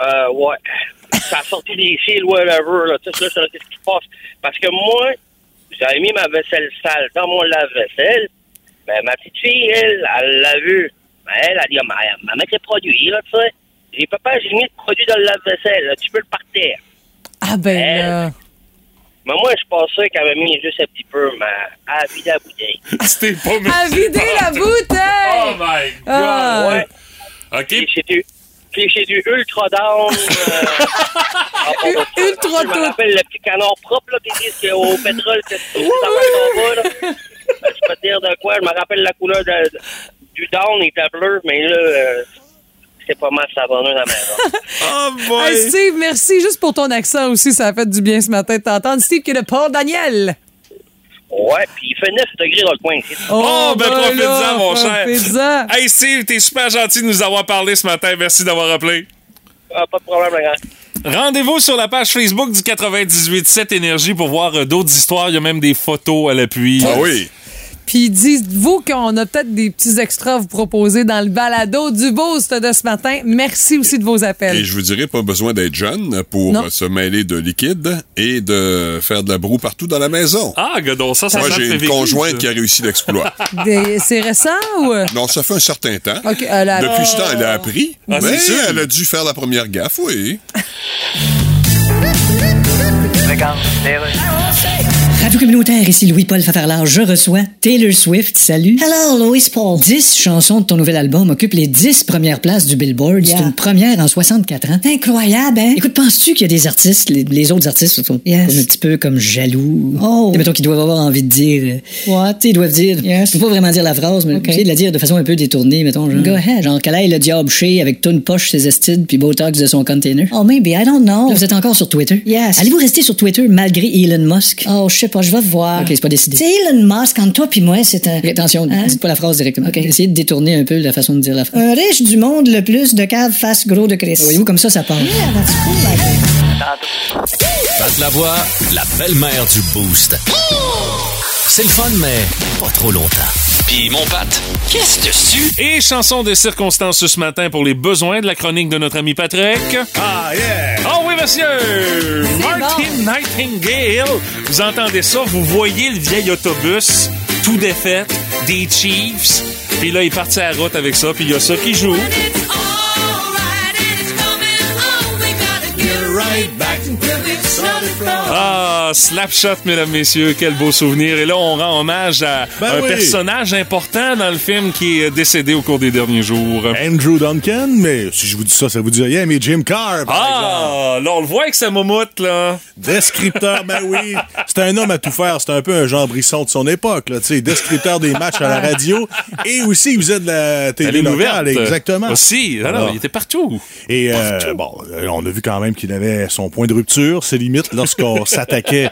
Speaker 14: Euh, ouais. ça sortait des fils, whatever, là, tout ça, ça, qu'est-ce qui se passe? Parce que moi, j'avais mis ma vaisselle sale dans mon lave-vaisselle, mais ma petite fille, elle, elle l'a vu. Mais Elle, elle a dit, Ah, mais maman, tes produits, là, tu sais. J'ai dit, papa, j'ai mis le produit dans le lave-vaisselle, là, tu peux le partir.
Speaker 1: Ah ben là.
Speaker 14: Mais moi, je pensais qu'elle avait mis juste un petit peu, mais à vider la bouteille.
Speaker 2: C'était pas
Speaker 1: À vider la
Speaker 14: Oh
Speaker 1: bouteille!
Speaker 14: my
Speaker 1: God! Ah.
Speaker 14: Ouais.
Speaker 2: OK. Puis
Speaker 14: c'est du, puis c'est du ultra down. euh, ultra Je me rappelle le petit canard propre, là, qui dit qu'au pétrole, c'est ça va en bas, là. Ben, Je peux te dire de quoi. Je me rappelle la couleur de- du down, il était bleu, mais là, euh, c'est pas mal savonneux dans la maison.
Speaker 2: oh
Speaker 1: Hey, Steve, merci juste pour ton accent aussi. Ça a fait du bien ce matin de t'entendre. Steve qui est le port Daniel.
Speaker 14: Ouais, puis il fait 9 degrés dans le coin ici.
Speaker 2: Oh, ben,
Speaker 14: Ah,
Speaker 2: profite-en, mon cher.
Speaker 1: profite-en.
Speaker 2: Hey, Steve, t'es super gentil de nous avoir parlé ce matin. Merci d'avoir appelé.
Speaker 14: Ah, pas de problème, les gars.
Speaker 2: Rendez-vous sur la page Facebook du 98.7 Énergie pour voir euh, d'autres histoires. Il y a même des photos à l'appui.
Speaker 1: Ah oui. Puis dites-vous qu'on a peut-être des petits extras à vous proposer dans le balado du Boost de ce matin. Merci aussi de vos
Speaker 10: Et
Speaker 1: appels.
Speaker 10: je vous dirais, pas besoin d'être jeune pour
Speaker 1: Non.
Speaker 10: se mêler de liquide et de faire de la broue partout dans la maison.
Speaker 2: Ah, Godon, ça, ça
Speaker 10: Moi,
Speaker 2: ça
Speaker 10: j'ai
Speaker 2: me
Speaker 10: une
Speaker 2: fait vécu,
Speaker 10: conjointe
Speaker 2: ça.
Speaker 10: qui a réussi l'exploit.
Speaker 1: Des- C'est récent ou...
Speaker 10: non, ça fait un certain temps.
Speaker 1: OK, elle a-
Speaker 10: Depuis ce temps, elle a appris.
Speaker 2: Ah,
Speaker 10: mais
Speaker 2: c'est sûr.
Speaker 10: elle a dû faire la première gaffe, oui.
Speaker 5: Radio communautaire, ici Louis-Paul Fafarlard. Je reçois Taylor Swift. Salut. Hello, Louis Paul. 10 chansons de ton nouvel album occupent les 10 premières places du Billboard.
Speaker 15: Yeah.
Speaker 5: C'est une première en 64 ans.
Speaker 15: Incroyable, hein?
Speaker 5: Écoute, penses-tu qu'il y a des artistes, les, les autres artistes sont
Speaker 15: Yes.
Speaker 5: comme un petit peu comme jaloux?
Speaker 15: Oh.
Speaker 5: Et mettons qu'ils doivent avoir envie de dire euh, What? Tu sais, Ils doivent dire. Yes. Faut pas vraiment dire la phrase, mais essayer de la dire de façon un peu détournée, mettons. Genre, Go ahead. Genre, qu'elle aille le diable chez avec tout une poche, ses estides, puis Botox de son container.
Speaker 15: Oh, maybe, I don't know.
Speaker 5: Là, vous êtes encore sur Twitter?
Speaker 15: Yes.
Speaker 5: Allez-vous rester sur Twitter malgré Elon Musk?
Speaker 15: Oh, je sais pas, je vais voir.
Speaker 5: OK, c'est pas décidé.
Speaker 15: Tu sais, Elon Musk, entre toi puis moi, c'est un...
Speaker 5: Ok, Attention,
Speaker 15: Hein?
Speaker 5: dites pas la phrase directement. Essayez de détourner un peu la façon de dire la phrase. Ah,
Speaker 15: Un riche du monde, le plus de cave face gros de Chris.
Speaker 5: Voyez-vous, comme ça, ça part.
Speaker 15: Yeah, that's cool, like-
Speaker 6: Pat Lavoie, la belle-mère du Boost. C'est le fun, mais pas trop longtemps. Puis mon Pat, qu'est-ce dessus?
Speaker 2: Et chanson de circonstance ce matin pour les besoins de la chronique de notre ami Patrick. Ah, yeah! Oh oui, monsieur! Martin Nightingale! Vous entendez ça? Vous voyez le vieil autobus, tout défait, des Chiefs. Puis là, il partent à la route avec ça, puis il y a ça qui joue. Ah, Slapshot, mesdames, messieurs, quel beau souvenir. Et là, on rend hommage à
Speaker 16: Ben
Speaker 2: un
Speaker 16: oui.
Speaker 2: personnage important dans le film qui est décédé au cours des derniers jours.
Speaker 16: Andrew Duncan, mais si je vous dis ça, ça vous dit rien, mais Jim Carr, par
Speaker 2: Ah, là, on le voit avec sa moumoute, là.
Speaker 16: Descripteur, ben oui. C'est un homme à tout faire. C'est un peu un Jean Brisson de son époque, là, tu sais. Descripteur des matchs à la radio et aussi il faisait de la
Speaker 2: Elle
Speaker 16: télé
Speaker 2: est
Speaker 16: locale,
Speaker 2: ouverte.
Speaker 16: exactement. Ah.
Speaker 2: Aussi, alors, il était partout.
Speaker 16: Et euh, bon, euh, on a vu quand même qu'il avait son point de rupture, ses limites, lorsqu'on s'attaquait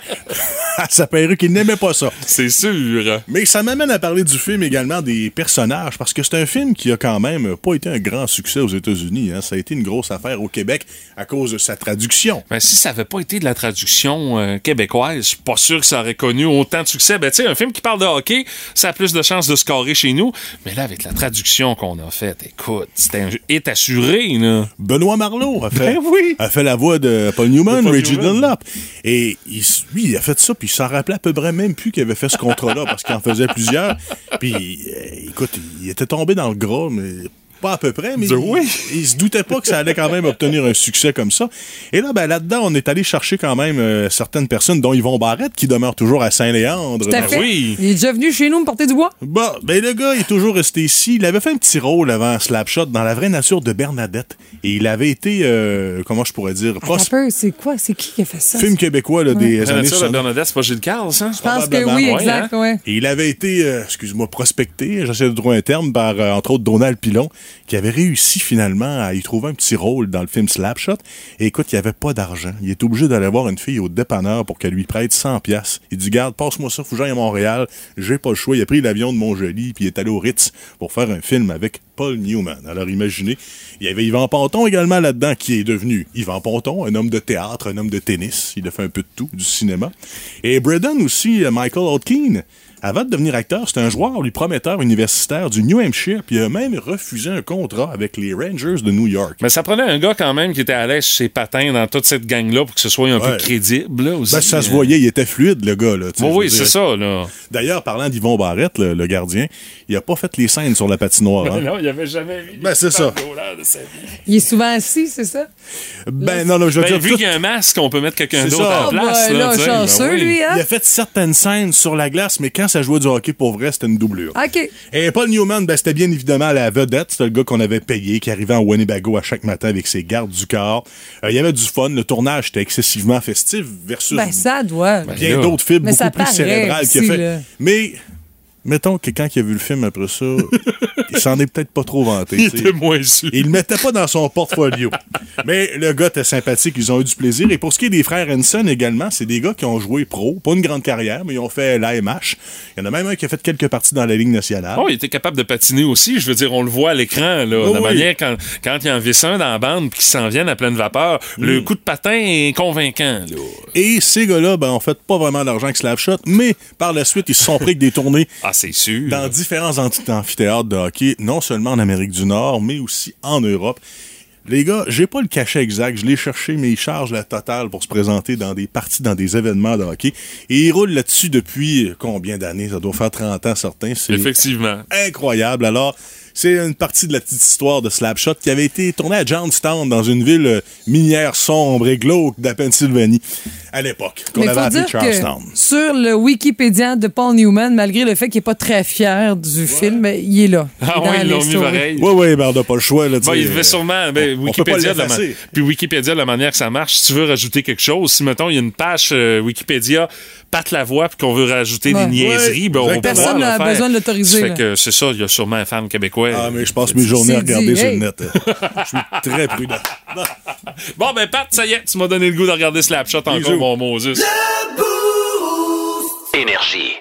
Speaker 16: à sa perruque. Il n'aimait pas ça.
Speaker 2: C'est sûr.
Speaker 16: Mais ça m'amène à parler du film également des personnages, parce que c'est un film qui a quand même pas été un grand succès aux États-Unis. hein. Ça a été une grosse affaire au Québec à cause de sa traduction.
Speaker 2: Mais Ben, si ça avait pas été de la traduction euh, québécoise, je suis pas sûr que ça aurait connu autant de succès. Ben, tu sais, un film qui parle de hockey, ça a plus de chances de scorer chez nous. Mais là, avec la traduction qu'on a faite, écoute, c'était un jeu- est assuré, là.
Speaker 16: Benoît Marleau a fait,
Speaker 2: Ben oui.
Speaker 16: a fait la voix de Paul Newman,
Speaker 2: De Paul
Speaker 16: Reggie
Speaker 2: Newman.
Speaker 16: Dunlop. Et il, s- lui, il a fait ça, puis il s'en rappelait à peu près même plus qu'il avait fait ce contrat-là, parce qu'il en faisait plusieurs. Puis, euh, écoute, il était tombé dans le gras, mais pas à peu près, mais il,
Speaker 2: De oui.
Speaker 16: il se doutait pas que ça allait quand même obtenir un succès comme ça. Et là, ben, là-dedans, on est allé chercher quand même euh, certaines personnes, dont Yvon Barrette, qui demeure toujours à Saint-Léandre.
Speaker 1: Tout à
Speaker 10: Ah
Speaker 16: dans-
Speaker 1: fait. Il est déjà venu chez nous me porter du bois.
Speaker 16: Bon, ben le gars il est toujours resté ici. Il avait fait un petit rôle avant Slapshot dans la vraie nature de Bernadette. Et il avait été, euh, comment je pourrais dire,
Speaker 1: Attends un
Speaker 16: pros-
Speaker 1: peu, c'est quoi? C'est qui qui a fait ça?
Speaker 16: film québécois là,
Speaker 1: Ouais.
Speaker 16: des
Speaker 2: La
Speaker 16: années
Speaker 2: nature de
Speaker 16: 60.
Speaker 2: Bernadette, c'est pas Gilles Carles, ça? Je
Speaker 1: pense que oui, exact, ouais.
Speaker 16: Et il avait été, euh, excuse-moi, prospecté, j'essaie de trouver un terme, par, euh, entre autres, Donald Pilon, qui avait réussi finalement à y trouver un petit rôle dans le film Slapshot. Et écoute, il n'y avait pas d'argent. Il est obligé d'aller voir une fille au dépanneur pour qu'elle lui prête 100 pièces. Il dit, garde, passe-moi ça, faut que j'aille à Montréal. J'ai pas le choix. Il a pris l'avion de Montjoli, puis il est allé au Ritz pour faire un film avec Paul Newman. Alors imaginez, il y avait Yvan Ponton également là-dedans, qui est devenu Yvan Ponton, un homme de théâtre, un homme de tennis. Il a fait un peu de tout, du cinéma. Et Braden aussi, euh, Michael Hodgkin, avant de devenir acteur, c'était un joueur, lui, prometteur universitaire du New Hampshire, puis il a même refusé un un contrat avec les Rangers de New York.
Speaker 2: Mais ça prenait un gars quand même qui était à l'aise sur ses patins dans toute cette gang-là pour que ce soit un peu
Speaker 16: Ouais.
Speaker 2: crédible. là, aussi. hein. euh,
Speaker 16: Ben, ça se voyait, il était fluide, le gars. Là, tu sais,
Speaker 2: Oui,
Speaker 16: je
Speaker 2: oui,
Speaker 16: veux
Speaker 2: c'est
Speaker 16: dire.
Speaker 2: ça, là.
Speaker 16: D'ailleurs, parlant d'Yvon Barrette, le, le gardien, il a pas fait les scènes sur la patinoire. hein.
Speaker 2: Ben non, il avait jamais vu.
Speaker 16: Ben, c'est ça.
Speaker 1: Il est souvent assis, c'est ça?
Speaker 16: Ben, non, non, je veux
Speaker 2: Ben,
Speaker 16: dire,
Speaker 2: vu
Speaker 16: tout-
Speaker 2: qu'il y a un masque, on peut mettre quelqu'un
Speaker 16: C'est
Speaker 2: d'autre
Speaker 16: ça.
Speaker 2: à la
Speaker 16: Ah,
Speaker 2: place.
Speaker 1: ben, là,
Speaker 2: tu sais. Ben
Speaker 1: chanceux,
Speaker 2: oui.
Speaker 1: lui, hein?
Speaker 16: il a fait certaines scènes sur la glace, mais quand ça jouait du hockey pour vrai, c'était une doublure.
Speaker 1: OK.
Speaker 16: Et Paul Newman, ben, c'était bien évidemment la vedette. C'était le gars qu'on avait payé, qui arrivait en Winnebago à chaque matin avec ses gardes du corps. Euh, il y avait du fun. Le tournage était excessivement festif versus
Speaker 1: Ben, ça doit.
Speaker 16: bien d'autres films
Speaker 1: Mais ça
Speaker 16: beaucoup plus
Speaker 1: paraît
Speaker 16: cérébrales qu'il a
Speaker 1: aussi,
Speaker 16: fait.
Speaker 1: là.
Speaker 16: Mais mettons que quand il a vu le film après ça, il s'en est peut-être pas trop vanté.
Speaker 2: Il
Speaker 16: tu sais.
Speaker 2: était moins sûr.
Speaker 16: Il le mettait pas dans son portfolio. Mais le gars était sympathique, ils ont eu du plaisir. Et pour ce qui est des frères Henson également, c'est des gars qui ont joué pro, pas une grande carrière, mais ils ont fait l'AMH. Il y en a même un qui a fait quelques parties dans la Ligue nationale.
Speaker 2: Oh, il était capable de patiner aussi. Je veux dire, on le voit à l'écran, là.
Speaker 16: Oh,
Speaker 2: la
Speaker 16: oui.
Speaker 2: manière, quand, quand il en visse un dans la bande puis qu'il s'en viennent à pleine vapeur,
Speaker 16: Mm.
Speaker 2: le coup de patin est convaincant, là.
Speaker 16: Et ces gets-là, ben, ont fait pas vraiment d'argent avec Slapshot, mais par la suite, ils se sont pris avec des tournées
Speaker 2: Ah, c'est sûr.
Speaker 16: dans différents anti- amphithéâtres de hockey, non seulement en Amérique du Nord, mais aussi en Europe. Les gars, j'ai pas le cachet exact, je l'ai cherché, mais ils chargent la totale pour se présenter dans des parties, dans des événements de hockey. Et ils roulent là-dessus depuis euh, combien d'années? Ça doit faire 30 ans certains. C'est
Speaker 2: Effectivement.
Speaker 16: incroyable. Alors, c'est une partie de la petite histoire de Slapshot qui avait été tournée à Johnstown, dans une ville euh, minière sombre et glauque de la Pennsylvanie, à l'époque, qu'on
Speaker 1: Mais
Speaker 16: avait
Speaker 1: faut
Speaker 16: appelée
Speaker 1: dire
Speaker 16: Charlestown.
Speaker 1: que sur le Wikipédia de Paul Newman, malgré le fait qu'il n'est pas très fier du film, il est là.
Speaker 2: Ah
Speaker 1: Il est
Speaker 2: oui,
Speaker 1: dans
Speaker 2: ils l'ont
Speaker 1: les
Speaker 2: mis
Speaker 1: stories.
Speaker 2: pareil.
Speaker 16: Oui, oui, ben, on n'a pas le choix. Là, tu
Speaker 2: Bon,
Speaker 16: sais,
Speaker 2: il devait
Speaker 16: euh,
Speaker 2: sûrement. ben,
Speaker 16: on- on peut pas
Speaker 2: Wikipédia, de la ma-
Speaker 16: l'effacer.
Speaker 2: puis Wikipédia, de la manière que ça marche, si tu veux rajouter quelque chose, si mettons, il y a une page euh, Wikipédia, patte la voix, puis qu'on veut rajouter
Speaker 1: Ouais.
Speaker 2: des niaiseries,
Speaker 1: Ouais,
Speaker 2: ben, on va
Speaker 1: exactement.
Speaker 2: pouvoir
Speaker 1: Personne
Speaker 2: le
Speaker 1: n'a
Speaker 2: faire.
Speaker 1: besoin de l'autoriser,
Speaker 2: Ça fait
Speaker 1: là.
Speaker 2: que C'est ça, il y a sûrement un fan québécois. euh,
Speaker 16: Ah, mais je passe mes journées à
Speaker 1: C'est dit,
Speaker 16: regarder sur le
Speaker 1: hey.
Speaker 16: net. euh. Je suis très prudent.
Speaker 2: Bon, ben, Pat, ça y est, tu m'as donné le goût de regarder Slapshot encore,
Speaker 16: Bisous.
Speaker 2: mon Moses.
Speaker 7: Énergie.